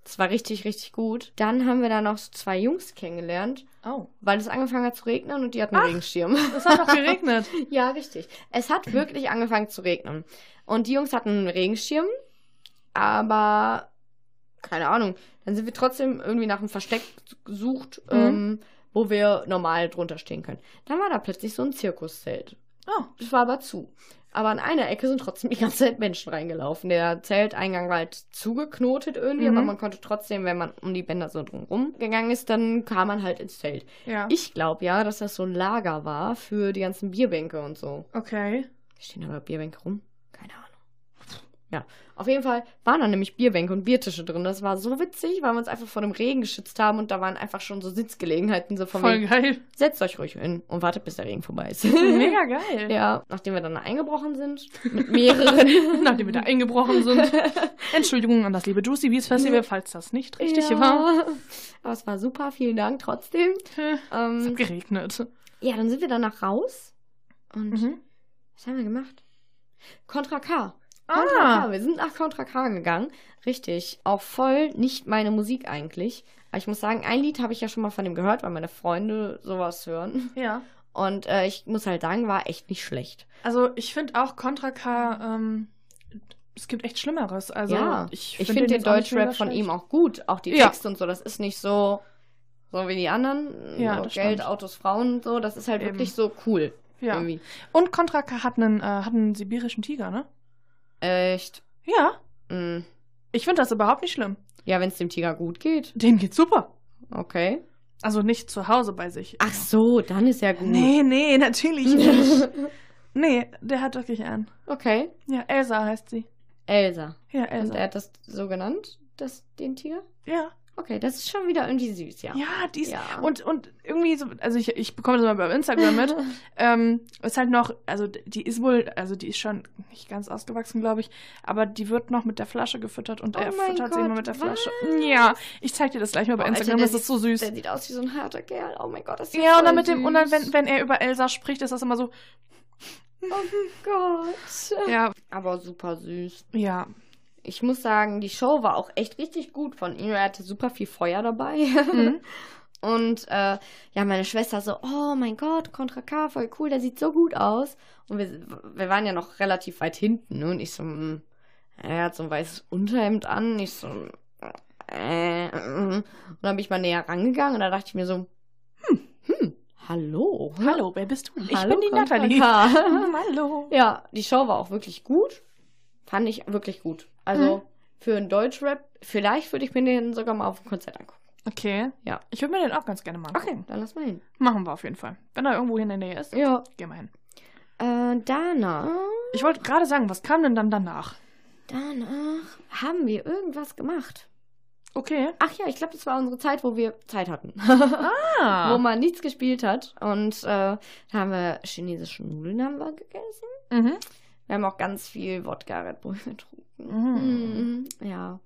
Speaker 1: Das war richtig, richtig gut. Dann haben wir da noch so zwei Jungs kennengelernt,
Speaker 2: Oh.
Speaker 1: weil es angefangen hat zu regnen und die hatten einen Regenschirm.
Speaker 2: Es hat doch geregnet.
Speaker 1: [laughs]
Speaker 2: Mhm.
Speaker 1: Ja, richtig. Es hat wirklich angefangen zu regnen. Und die Jungs hatten einen Regenschirm, aber keine Ahnung. Dann sind wir trotzdem irgendwie nach einem Versteck gesucht,
Speaker 2: Mhm.
Speaker 1: ähm, wo wir normal drunter stehen können. Dann war da plötzlich so ein Zirkuszelt.
Speaker 2: Oh.
Speaker 1: Das war aber zu. Aber an einer Ecke sind trotzdem [laughs] die ganze Zeit Menschen reingelaufen. Der Zelteingang war halt zugeknotet irgendwie,
Speaker 2: Mhm.
Speaker 1: aber man konnte trotzdem, wenn man um die Bänder so drumherum gegangen ist, dann kam man halt ins Zelt.
Speaker 2: Ja.
Speaker 1: Ich glaube ja, dass das so ein Lager war für die ganzen Bierbänke und so.
Speaker 2: okay.
Speaker 1: Stehen aber Bierbänke rum? Keine Ahnung. Ja, auf jeden Fall waren da nämlich Bierbänke und Biertische drin. Das war so witzig, weil wir uns einfach vor dem Regen geschützt haben und da waren einfach schon so Sitzgelegenheiten so von
Speaker 2: Voll
Speaker 1: wegen, [laughs]
Speaker 2: geil.
Speaker 1: setzt euch ruhig hin und wartet, bis der Regen vorbei ist. [laughs]
Speaker 2: Mega geil.
Speaker 1: ja, nachdem wir dann eingebrochen sind, mit mehreren.
Speaker 2: [laughs] Nachdem wir da eingebrochen sind.
Speaker 1: [laughs]
Speaker 2: Entschuldigung an das liebe Juicy Beats
Speaker 1: Mhm.
Speaker 2: Festival, falls das nicht richtig
Speaker 1: [laughs]
Speaker 2: war.
Speaker 1: Aber es war super, vielen Dank trotzdem.
Speaker 2: Es
Speaker 1: Ähm,
Speaker 2: hat geregnet.
Speaker 1: ja, dann sind wir danach raus und
Speaker 2: Mhm.
Speaker 1: was haben wir gemacht? Contra K. Contra
Speaker 2: Ah.
Speaker 1: K. Wir sind nach Contra K gegangen. Richtig. Auch voll nicht meine Musik eigentlich. Aber ich muss sagen, ein Lied habe ich ja schon mal von dem gehört, weil meine Freunde sowas hören.
Speaker 2: Ja.
Speaker 1: Und äh, ich muss halt sagen, war echt nicht schlecht.
Speaker 2: Also ich finde auch Contra K, ähm, es gibt echt Schlimmeres. Also
Speaker 1: ja.
Speaker 2: ich
Speaker 1: Ich
Speaker 2: finde
Speaker 1: finde den
Speaker 2: jetzt auch nicht
Speaker 1: Deutschrap
Speaker 2: mega
Speaker 1: von
Speaker 2: schlecht.
Speaker 1: ihm auch gut. Auch die
Speaker 2: Ja.
Speaker 1: Texte und so. Das ist nicht so, so wie die anderen.
Speaker 2: Ja,
Speaker 1: so
Speaker 2: das
Speaker 1: Geld,
Speaker 2: stimmt.
Speaker 1: Autos, Frauen und so. Das ist halt
Speaker 2: Eben.
Speaker 1: wirklich so cool.
Speaker 2: Ja.
Speaker 1: Irgendwie.
Speaker 2: Und Contra K hat einen, äh, hat einen sibirischen Tiger, ne?
Speaker 1: Echt.
Speaker 2: Ja.
Speaker 1: Mm.
Speaker 2: Ich finde das überhaupt nicht schlimm.
Speaker 1: Ja, wenn es dem Tiger gut geht.
Speaker 2: Denen geht's super.
Speaker 1: Okay.
Speaker 2: Also nicht zu Hause bei sich.
Speaker 1: Ach so, dann ist ja gut.
Speaker 2: Nee,
Speaker 1: [laughs]
Speaker 2: nee, natürlich nicht. nee, der hat wirklich einen.
Speaker 1: okay.
Speaker 2: Ja, Elsa heißt sie.
Speaker 1: Elsa.
Speaker 2: Ja,
Speaker 1: Und er
Speaker 2: Elsa.
Speaker 1: hat das so genannt, das, den Tiger?
Speaker 2: Ja.
Speaker 1: Okay, das ist schon wieder irgendwie süß, ja.
Speaker 2: Ja, die ist.
Speaker 1: Ja.
Speaker 2: Und, und irgendwie so, also ich, ich bekomme das mal bei Instagram
Speaker 1: [laughs]
Speaker 2: mit. ähm, ist halt noch, also die ist wohl, also die ist schon nicht ganz ausgewachsen, glaube ich, aber die wird noch mit der Flasche gefüttert und
Speaker 1: Oh
Speaker 2: er
Speaker 1: mein
Speaker 2: füttert sie
Speaker 1: Gott,
Speaker 2: immer mit der Flasche.
Speaker 1: was?
Speaker 2: Ja, ich zeig dir das gleich mal bei
Speaker 1: Oh, Alter,
Speaker 2: Instagram,
Speaker 1: der
Speaker 2: das ist
Speaker 1: sieht-
Speaker 2: so süß.
Speaker 1: Der sieht aus wie so ein harter Kerl. Oh mein Gott, das ist
Speaker 2: Ja, und
Speaker 1: voll
Speaker 2: dann mit dem, und dann,
Speaker 1: süß.
Speaker 2: wenn, wenn er über Elsa spricht, ist das
Speaker 1: [laughs]
Speaker 2: immer so,
Speaker 1: Gott.
Speaker 2: ja.
Speaker 1: Aber super süß.
Speaker 2: Ja,
Speaker 1: Ich muss sagen, die Show war auch echt richtig gut von ihm. Er hatte super viel Feuer dabei.
Speaker 2: Mhm.
Speaker 1: Und äh, ja, meine Schwester so, oh mein Gott, Contra K, voll cool, der sieht so gut aus. Und wir, wir waren ja noch relativ weit hinten. Ne? Und ich so, hm, er hat so ein weißes Unterhemd an. Ich so, äh, äh, äh. Und dann bin ich mal näher rangegangen und da dachte ich mir so, hm, hm, [laughs] hallo.
Speaker 2: Hallo, wer bist du? Ich
Speaker 1: Hallo,
Speaker 2: bin die
Speaker 1: Contra [laughs]
Speaker 2: Nathalie. [laughs]
Speaker 1: K.
Speaker 2: Hallo.
Speaker 1: Ja, die Show war auch wirklich gut. Fand ich wirklich gut. Also
Speaker 2: Mhm.
Speaker 1: für einen Deutschrap, vielleicht würde ich mir den sogar mal auf dem Konzert angucken.
Speaker 2: Okay.
Speaker 1: Ja.
Speaker 2: Ich würde mir den auch ganz gerne mal angucken.
Speaker 1: Dann lass mal hin.
Speaker 2: Machen wir auf jeden Fall. Wenn er irgendwo hier in der Nähe ist,
Speaker 1: Ja.
Speaker 2: gehen wir hin.
Speaker 1: Äh, danach,
Speaker 2: Ich wollte gerade sagen, was kam denn dann danach?
Speaker 1: danach haben wir irgendwas gemacht.
Speaker 2: Okay.
Speaker 1: Ach ja, ich glaube, das war unsere Zeit, wo wir Zeit [laughs] hatten. wo
Speaker 2: Ah.
Speaker 1: man nichts gespielt hat. Und äh, da haben wir chinesische Nudeln haben wir gegessen.
Speaker 2: Mhm.
Speaker 1: Wir haben auch ganz viel Wodka Red Bull [laughs] getrunken.
Speaker 2: Mhm.
Speaker 1: Mhm. Ja.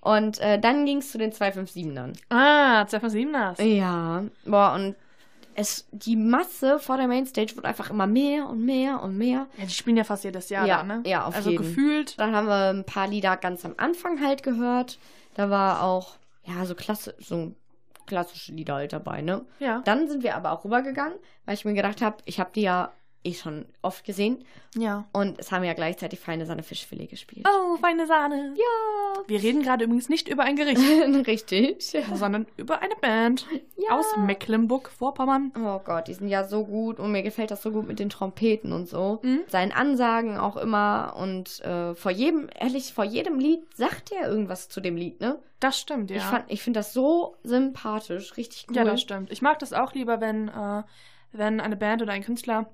Speaker 1: Und äh, dann ging es zu den 257ern.
Speaker 2: Ah, 2007
Speaker 1: Ja, boah, und es, die Masse vor der Mainstage wurde einfach immer mehr und mehr und mehr.
Speaker 2: Ja, die spielen ja fast jedes Jahr
Speaker 1: Ja,
Speaker 2: da, ne?
Speaker 1: ja, auf
Speaker 2: also
Speaker 1: jeden.
Speaker 2: gefühlt.
Speaker 1: Dann haben wir ein paar Lieder ganz am Anfang halt gehört. Da war auch, ja, so, klasse, so klassische Lieder halt dabei, ne?
Speaker 2: Ja.
Speaker 1: Dann sind wir aber auch rübergegangen, weil ich mir gedacht habe, ich habe die ja eh schon oft gesehen.
Speaker 2: Ja.
Speaker 1: Und es haben ja gleichzeitig Feine Sahne Fischfilet gespielt.
Speaker 2: Oh, feine Sahne.
Speaker 1: Ja,
Speaker 2: Wir reden gerade übrigens nicht über ein
Speaker 1: [laughs]
Speaker 2: Gericht,
Speaker 1: [laughs] richtig.
Speaker 2: sondern über eine Band
Speaker 1: Ja.
Speaker 2: aus Mecklenburg-Vorpommern.
Speaker 1: Oh Gott, die sind ja so gut und mir gefällt das so gut mit den Trompeten und so.
Speaker 2: Mhm.
Speaker 1: Seinen Ansagen auch immer und äh, vor jedem, ehrlich, vor jedem Lied sagt er irgendwas zu dem Lied, ne?
Speaker 2: Das stimmt, ja.
Speaker 1: Ich, fand- ich finde das so sympathisch, richtig cool.
Speaker 2: Ja, das stimmt. Ich mag das auch lieber, wenn, äh, wenn eine Band oder ein Künstler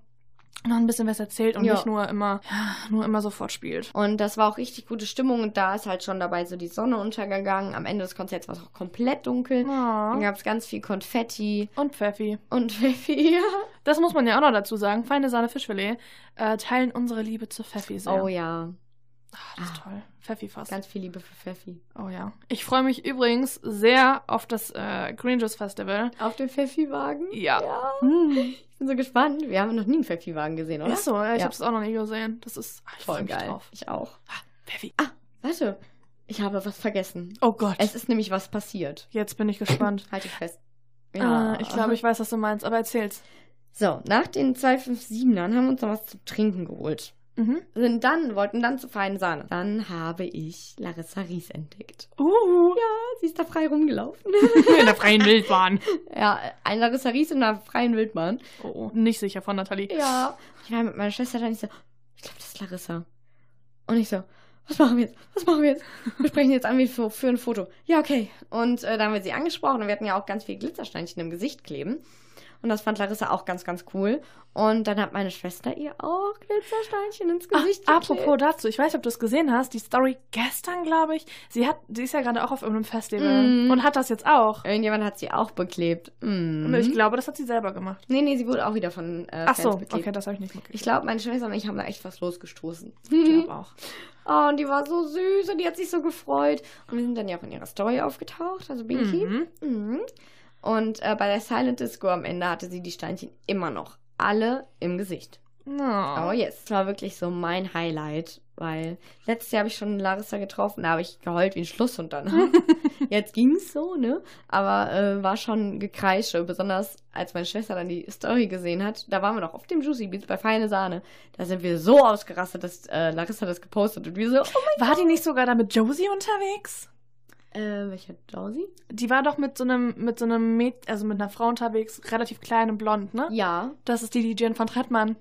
Speaker 2: noch ein bisschen was erzählt und
Speaker 1: Ja.
Speaker 2: nicht nur immer, ja, nur immer sofort spielt.
Speaker 1: Und das war auch richtig gute Stimmung und da ist halt schon dabei so die Sonne untergegangen. Am Ende des Konzerts war es auch komplett dunkel. Dann
Speaker 2: Ja.
Speaker 1: gab es ganz viel Konfetti
Speaker 2: Ah, Und Pfeffi.
Speaker 1: und [laughs] Pfeffi.
Speaker 2: Das muss man ja auch noch dazu sagen. Feine Sahne Fischfilet äh, teilen unsere Liebe zu Pfeffi sehr.
Speaker 1: Oh ja,
Speaker 2: Ah, das ist
Speaker 1: Ah.
Speaker 2: toll. Pfeffi fast.
Speaker 1: ganz viel Liebe für Pfeffi.
Speaker 2: oh ja. Ich freue mich übrigens sehr auf das äh, Green Juice Festival.
Speaker 1: Auf dem Pfeffi-Wagen?
Speaker 2: Ja.
Speaker 1: ja. Ich bin so gespannt. Wir haben noch nie einen Pfeffi-Wagen gesehen, oder?
Speaker 2: Ist so, ja, ich
Speaker 1: Ja.
Speaker 2: ah, habe das auch noch nie gesehen. Das ist ach, ich freu
Speaker 1: Voll
Speaker 2: mich
Speaker 1: geil.
Speaker 2: drauf.
Speaker 1: Ich auch.
Speaker 2: Pfeffi.
Speaker 1: Warte, Ich habe was vergessen.
Speaker 2: Oh Gott.
Speaker 1: Es ist nämlich was passiert.
Speaker 2: Jetzt bin
Speaker 1: [laughs]
Speaker 2: ich gespannt.
Speaker 1: Halte ich fest.
Speaker 2: Ah, ich glaube, ich weiß, was du meinst, aber erzähl's.
Speaker 1: So, nach den 257ern haben wir uns noch was zu trinken geholt.
Speaker 2: Mhm.
Speaker 1: Sind dann, wollten dann zu feinen Sahne. Dann habe ich Larissa Ries entdeckt.
Speaker 2: Uh,
Speaker 1: Ja, sie ist da frei rumgelaufen.
Speaker 2: [laughs]
Speaker 1: [laughs]
Speaker 2: in der freien Wildbahn.
Speaker 1: ja, ein Larissa Ries in der freien Wildbahn.
Speaker 2: Oh, nicht sicher von Nathalie.
Speaker 1: Ja. Ich war mit meiner Schwester dann, ich so, ich glaube, das ist Larissa. Und ich so, was machen wir jetzt? Was machen wir jetzt? Wir sprechen jetzt an wie für, für ein Foto. Ja, okay. Und äh, dann haben wir sie angesprochen und wir hatten ja auch ganz viel Glitzersteinchen im Gesicht kleben. Und das fand Larissa auch ganz, ganz cool. Und dann hat meine Schwester ihr auch Glitzersteinchen ins
Speaker 2: Ach,
Speaker 1: Gesicht geklebt.
Speaker 2: apropos dazu, ich weiß nicht, ob du es gesehen hast, die Story gestern, glaube ich. Sie hat, sie ist ja gerade auch auf irgendeinem Festival
Speaker 1: Mhm.
Speaker 2: und hat das jetzt auch.
Speaker 1: Irgendjemand hat sie auch beklebt. Mm.
Speaker 2: Und Ich glaube, das hat sie selber gemacht.
Speaker 1: nee, nee, sie wurde auch wieder von äh,
Speaker 2: Ach
Speaker 1: Fans
Speaker 2: so,
Speaker 1: beklebt.
Speaker 2: okay, das habe ich nicht
Speaker 1: Ich
Speaker 2: mitgekriegt.
Speaker 1: glaube, meine Schwester und ich haben da echt was
Speaker 2: [laughs]
Speaker 1: losgestoßen.
Speaker 2: Ich glaube auch.
Speaker 1: Oh, und die war so süß und die hat sich so gefreut. Und wir sind dann ja auch in ihrer Story aufgetaucht, also Binky.
Speaker 2: Mhm.
Speaker 1: Mhm. Und äh, bei der Silent Disco am Ende hatte sie die Steinchen immer noch. Alle im Gesicht.
Speaker 2: No.
Speaker 1: Oh yes. Das war wirklich so mein Highlight, weil letztes Jahr habe ich schon Larissa getroffen, da habe ich geheult wie ein Schlusshund danach. Jetzt ging's so, ne? Aber äh, war schon Gekreische, besonders als meine Schwester dann die Story gesehen hat. Da waren wir noch auf dem Juicy Beats bei Feine Sahne. Da sind wir so ausgerastet, dass äh, Larissa das gepostet und wir so,
Speaker 2: War die nicht sogar da mit Josie unterwegs?
Speaker 1: Äh, welcher Josie?
Speaker 2: Die war doch mit so einem, mit so einem Mäd also mit einer Frau unterwegs, relativ klein und blond, ne?
Speaker 1: Ja.
Speaker 2: Das ist die, die Jen von Trettmann.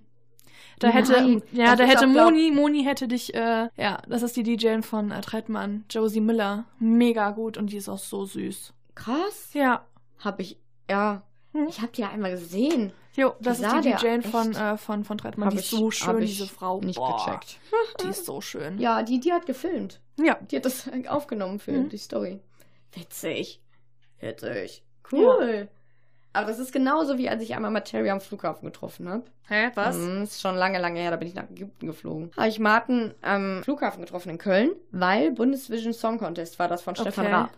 Speaker 2: Da hätte,
Speaker 1: Nein,
Speaker 2: ja,
Speaker 1: das
Speaker 2: da
Speaker 1: ist
Speaker 2: hätte
Speaker 1: doch, glaub-
Speaker 2: Moni, Moni hätte dich, äh, ja, das ist die DJ von äh, Trettmann, Josie Miller. Mega gut und die ist auch so süß.
Speaker 1: Krass.
Speaker 2: Ja.
Speaker 1: Hab ich, ja.
Speaker 2: Hm.
Speaker 1: Ich hab die ja einmal gesehen.
Speaker 2: Jo, das
Speaker 1: sah
Speaker 2: ist die
Speaker 1: der
Speaker 2: DJ von,
Speaker 1: echt?
Speaker 2: äh, von, von Trettmann.
Speaker 1: Hab
Speaker 2: Die
Speaker 1: ich-
Speaker 2: ist so schön,
Speaker 1: hab ich
Speaker 2: diese Frau.
Speaker 1: Nicht
Speaker 2: Boah,
Speaker 1: gecheckt.
Speaker 2: Die ist so schön.
Speaker 1: Ja, die, die hat gefilmt.
Speaker 2: ja.
Speaker 1: Die hat das [laughs] aufgenommen für
Speaker 2: Mhm.
Speaker 1: die Story. Witzig. Witzig. Cool. Aber das ist genauso wie als ich einmal Materia am Flughafen getroffen habe.
Speaker 2: Hä, was?
Speaker 1: Mhm, ist schon lange, lange her, da bin ich nach Ägypten geflogen. Habe ich Martin am Flughafen getroffen in Köln, weil Bundesvision Song Contest war das von Stefan
Speaker 2: Okay.
Speaker 1: Raab.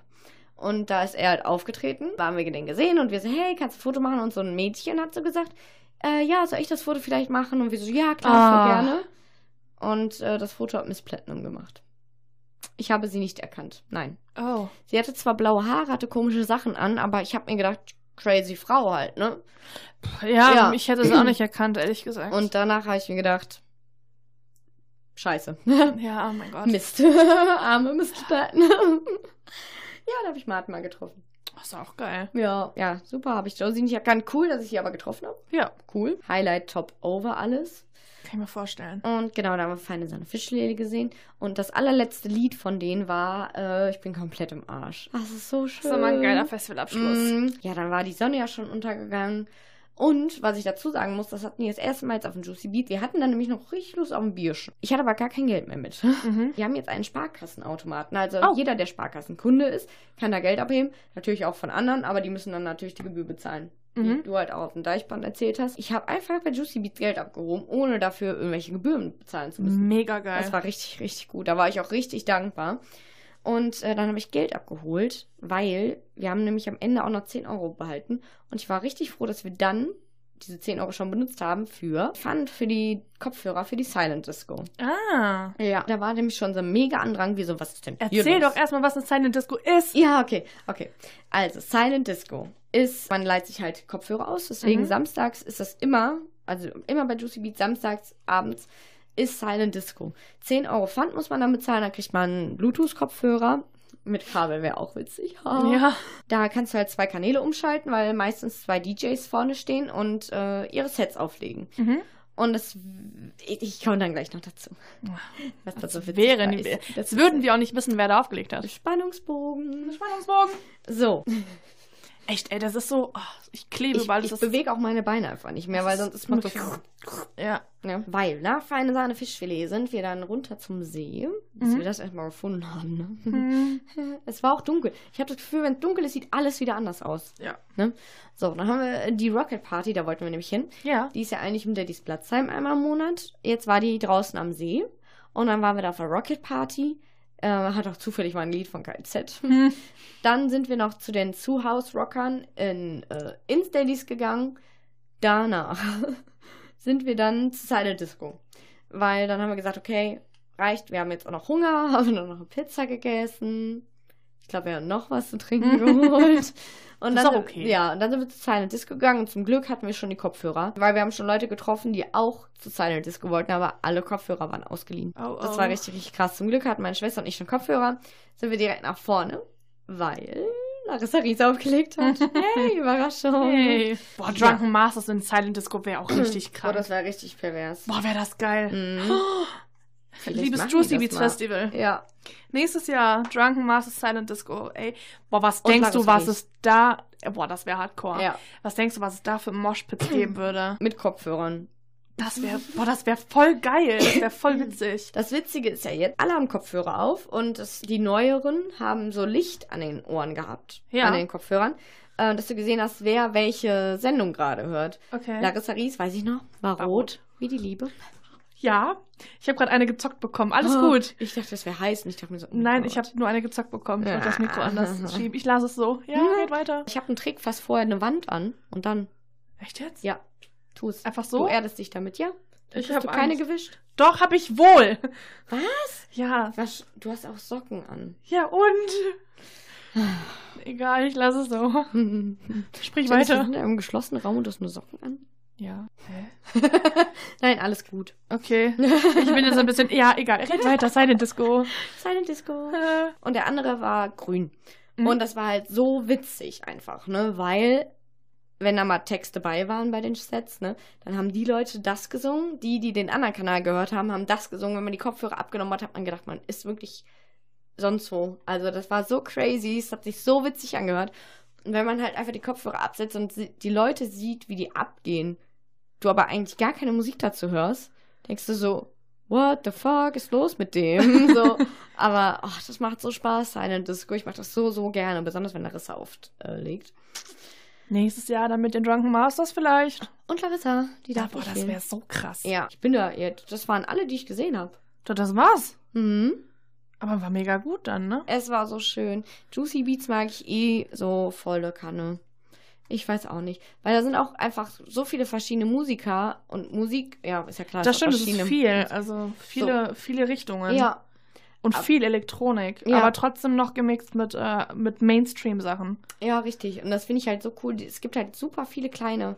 Speaker 1: Und da ist er halt aufgetreten, da haben wir den gesehen und wir so, hey, kannst du ein Foto machen? Und so ein Mädchen hat so gesagt, äh, ja, soll ich das Foto vielleicht machen? Und wir so, ja, klar,
Speaker 2: Ah.
Speaker 1: voll gerne. Und äh, das Foto hat Miss Platinum gemacht. Ich habe sie nicht erkannt, nein.
Speaker 2: Oh.
Speaker 1: Sie hatte zwar blaue Haare, hatte komische Sachen an, aber ich habe mir gedacht, crazy Frau halt, ne?
Speaker 2: Ja,
Speaker 1: Ja.
Speaker 2: ich hätte
Speaker 1: [clears throat]
Speaker 2: sie auch nicht erkannt, ehrlich gesagt.
Speaker 1: Und danach habe ich mir gedacht, scheiße.
Speaker 2: ja, oh mein Gott.
Speaker 1: Mist. [laughs] Arme Mistplatten. [laughs] ja, da habe ich Martin mal getroffen.
Speaker 2: Das ist auch geil.
Speaker 1: Ja, ja, super, habe ich Josie nicht erkannt. Cool, dass ich sie aber getroffen habe.
Speaker 2: Ja,
Speaker 1: Cool. Highlight, Top, Over, alles.
Speaker 2: kann ich mir vorstellen.
Speaker 1: Und genau, da haben wir Feine Sahne Fischlele gesehen. Und das allerletzte Lied von denen war äh, Ich bin komplett im Arsch. Das ist so schön.
Speaker 2: Das war mal ein geiler Festivalabschluss.
Speaker 1: Mm, Ja, dann war die Sonne ja schon untergegangen. Und was ich dazu sagen muss, das hatten wir das erste Mal jetzt auf dem Juicy Beat. Wir hatten dann nämlich noch richtig Lust auf ein Bierchen. Ich hatte aber gar kein Geld mehr mit. [laughs]
Speaker 2: Mhm.
Speaker 1: Wir haben jetzt einen Sparkassenautomaten. Also
Speaker 2: Oh.
Speaker 1: jeder, der Sparkassenkunde ist, kann da Geld abheben. Natürlich auch von anderen, aber die müssen dann natürlich die Gebühr bezahlen.
Speaker 2: Mhm.
Speaker 1: Wie du halt auch auf dem Deichbrand erzählt hast. Ich habe einfach bei Juicy Beats Geld abgehoben, ohne dafür irgendwelche Gebühren bezahlen zu müssen.
Speaker 2: Mega geil.
Speaker 1: Das war richtig, richtig gut. Da war ich auch richtig dankbar. Und äh, dann habe ich Geld abgeholt, weil wir haben nämlich am Ende auch noch 10 Euro behalten. Und ich war richtig froh, dass wir dann diese 10 Euro schon benutzt haben für Pfand für die Kopfhörer, für die Silent Disco.
Speaker 2: ah.
Speaker 1: Ja. Da war nämlich schon so ein mega Andrang, wie so, was ist denn hier
Speaker 2: Erzähl
Speaker 1: los?
Speaker 2: doch erstmal, was eine Silent Disco ist.
Speaker 1: Ja, okay, okay. Also, Silent Disco ist, man leiht sich halt Kopfhörer aus, deswegen
Speaker 2: Mhm.
Speaker 1: samstags ist das immer, also immer bei Juicy Beat, samstags abends ist Silent Disco. 10 Euro Pfand muss man dann bezahlen, dann kriegt man einen Bluetooth-Kopfhörer. Mit Kabel wäre auch witzig. Ha.
Speaker 2: Ja.
Speaker 1: Da kannst du halt zwei Kanäle umschalten, weil meistens zwei DJs vorne stehen und äh, ihre Sets auflegen.
Speaker 2: Mhm.
Speaker 1: Und das, ich, ich komme dann gleich noch dazu. Was da
Speaker 2: Das,
Speaker 1: so witzig
Speaker 2: wäre
Speaker 1: war,
Speaker 2: nie,
Speaker 1: ist-
Speaker 2: das würden wir auch nicht wissen, wer da aufgelegt hat.
Speaker 1: Spannungsbogen.
Speaker 2: Spannungsbogen.
Speaker 1: So,
Speaker 2: Echt, ey, das ist so. Oh, ich klebe
Speaker 1: ich,
Speaker 2: überall. Das
Speaker 1: ich
Speaker 2: ist
Speaker 1: bewege auch meine Beine einfach nicht mehr, weil
Speaker 2: Das
Speaker 1: sonst ist man so. [laughs]
Speaker 2: [laughs]
Speaker 1: ne?
Speaker 2: Ja.
Speaker 1: Ja. Weil nach feine Sahne Fischfilet sind wir dann runter zum See, bis
Speaker 2: Mhm.
Speaker 1: wir das erstmal gefunden haben. Ne?
Speaker 2: Mhm.
Speaker 1: [laughs] Es war auch dunkel. Ich habe das Gefühl, wenn es dunkel ist, sieht alles wieder anders aus.
Speaker 2: Ja.
Speaker 1: Ne? So, dann haben wir äh, die Rocket Party, da wollten wir nämlich hin.
Speaker 2: Ja.
Speaker 1: Die ist ja eigentlich im Daddy's Platzheim einmal im Monat. Jetzt war die draußen am See und dann waren wir da auf der Rocket Party. Äh, hat auch zufällig mal ein Lied von KZ.
Speaker 2: Mhm.
Speaker 1: Dann sind wir noch zu den Zuhaus-Rockern in, äh, ins Dailies gegangen. [laughs] Danach sind wir dann zu Silent Disco. Weil dann haben wir gesagt, okay, reicht. Wir haben jetzt auch noch Hunger, [laughs] haben dann noch eine Pizza gegessen. Ich glaube, wir haben noch was zu
Speaker 2: [laughs]
Speaker 1: trinken geholt. Und
Speaker 2: Ist
Speaker 1: dann,
Speaker 2: auch okay.
Speaker 1: Ja, und dann sind wir zu Silent Disco gegangen und zum Glück hatten wir schon die Kopfhörer, weil wir haben schon Leute getroffen, die auch zu Silent Disco wollten, aber alle Kopfhörer waren ausgeliehen.
Speaker 2: Oh,
Speaker 1: Das
Speaker 2: oh.
Speaker 1: war richtig, richtig krass. Zum Glück hatten meine Schwester und ich schon Kopfhörer, sind wir direkt nach vorne, weil Larissa Ries aufgelegt
Speaker 2: [laughs]
Speaker 1: hat. Hey, Überraschung.
Speaker 2: Hey. Oh. Boah, Drunken Masters in Silent Disco wäre auch richtig
Speaker 1: Hm. Boah, Oh, das
Speaker 2: krass.
Speaker 1: war richtig pervers.
Speaker 2: Boah, wäre das geil.
Speaker 1: Mhm. Vielleicht
Speaker 2: Liebes
Speaker 1: machen die
Speaker 2: Juicy
Speaker 1: das
Speaker 2: Beats
Speaker 1: mal.
Speaker 2: Festival.
Speaker 1: Ja,
Speaker 2: Nächstes Jahr Drunken Masters Silent Disco. Ey, boah, was
Speaker 1: Und
Speaker 2: denkst du, was
Speaker 1: Lagerfeuer.
Speaker 2: es da... Boah, das wäre hardcore.
Speaker 1: ja.
Speaker 2: Was denkst du, was es da
Speaker 1: [clears throat]
Speaker 2: für Moshpits geben würde?
Speaker 1: Mit Kopfhörern.
Speaker 2: Das wäre, boah, das wäre voll geil. Das
Speaker 1: [clears throat]
Speaker 2: wäre voll witzig.
Speaker 1: Das Witzige ist ja jetzt, alle haben Kopfhörer auf und das, die Neueren haben so Licht an den Ohren gehabt,
Speaker 2: Ja.
Speaker 1: an den Kopfhörern, äh, dass du gesehen hast, wer welche Sendung gerade hört.
Speaker 2: Okay.
Speaker 1: Larissa Ries, weiß ich noch, war,
Speaker 2: War
Speaker 1: rot, wie die Liebe.
Speaker 2: Ja, ich habe gerade eine gezockt bekommen. Alles
Speaker 1: Oh,
Speaker 2: gut.
Speaker 1: Ich dachte, das wäre heiß und ich dachte mir so, oh
Speaker 2: Nein,
Speaker 1: Gott.
Speaker 2: ich habe nur eine gezockt bekommen. Ich wollte das Mikro
Speaker 1: Ah. [laughs]
Speaker 2: anders schieben. Ich lasse es so. Ja,
Speaker 1: Hm.
Speaker 2: geht weiter.
Speaker 1: Ich habe einen Trick, fass vorher eine Wand an und dann,
Speaker 2: Echt jetzt?
Speaker 1: ja, tu es.
Speaker 2: Einfach
Speaker 1: Du
Speaker 2: so?
Speaker 1: erdest dich damit, ja? Dann
Speaker 2: Ich
Speaker 1: kriegst
Speaker 2: hab
Speaker 1: du keine
Speaker 2: Angst.
Speaker 1: gewischt.
Speaker 2: Doch, habe ich wohl.
Speaker 1: Was?
Speaker 2: Ja.
Speaker 1: Was? Du hast auch Socken
Speaker 2: [laughs]
Speaker 1: an.
Speaker 2: Ja, und? Egal, ich lasse es so. Sprich
Speaker 1: Wir
Speaker 2: weiter.
Speaker 1: sind in einem geschlossenen Raum und du hast nur Socken an. [laughs]
Speaker 2: Ja. Hä?
Speaker 1: Nein, alles gut. [laughs]
Speaker 2: Okay. Ich bin jetzt ein bisschen. Ja, egal. Red weiter, Silent Disco.
Speaker 1: Silent Disco.
Speaker 2: Äh,
Speaker 1: Und der andere war grün. [laughs]
Speaker 2: Mhm.
Speaker 1: Und das war halt so witzig einfach, ne? Weil, wenn da mal Texte bei waren bei den Sets, ne? Dann haben die Leute das gesungen. Die, die den anderen Kanal gehört haben, haben das gesungen. Wenn man die Kopfhörer abgenommen hat, hat man gedacht, man ist wirklich sonst wo. Also das war so crazy. Es hat sich so witzig angehört. Und wenn man halt einfach die Kopfhörer absetzt und sie- die Leute sieht, wie die abgehen, du aber eigentlich gar keine Musik dazu hörst, denkst du so, what the fuck ist los mit
Speaker 2: [laughs]
Speaker 1: dem? So, aber ach, das macht so Spaß, eine Disco. Ich mache das so, so gerne, besonders wenn Larissa äh, auflegt.
Speaker 2: Nächstes Jahr dann mit den Drunken Masters vielleicht.
Speaker 1: Und Larissa, die darf
Speaker 2: boah,
Speaker 1: nicht
Speaker 2: das
Speaker 1: fehlen.
Speaker 2: wäre so krass.
Speaker 1: Ja, ich bin da, ja, das waren alle, die ich gesehen habe.
Speaker 2: Doch, das war's.
Speaker 1: Mhm.
Speaker 2: Aber war mega gut dann, ne?
Speaker 1: Es war so schön. Juicy Beats mag ich eh so volle Kanne. Ich weiß auch nicht. Weil da sind auch einfach so viele verschiedene Musiker und Musik, ja, ist ja klar.
Speaker 2: Das
Speaker 1: ist auch
Speaker 2: stimmt, es ist
Speaker 1: verschiedene-
Speaker 2: viel. Also viele, viele Richtungen.
Speaker 1: Ja,
Speaker 2: Und
Speaker 1: Ab-
Speaker 2: viel Elektronik.
Speaker 1: Ja.
Speaker 2: Aber trotzdem noch gemixt mit, äh, mit Mainstream-Sachen.
Speaker 1: ja, richtig. Und das finde ich halt so cool. Es gibt halt super viele kleine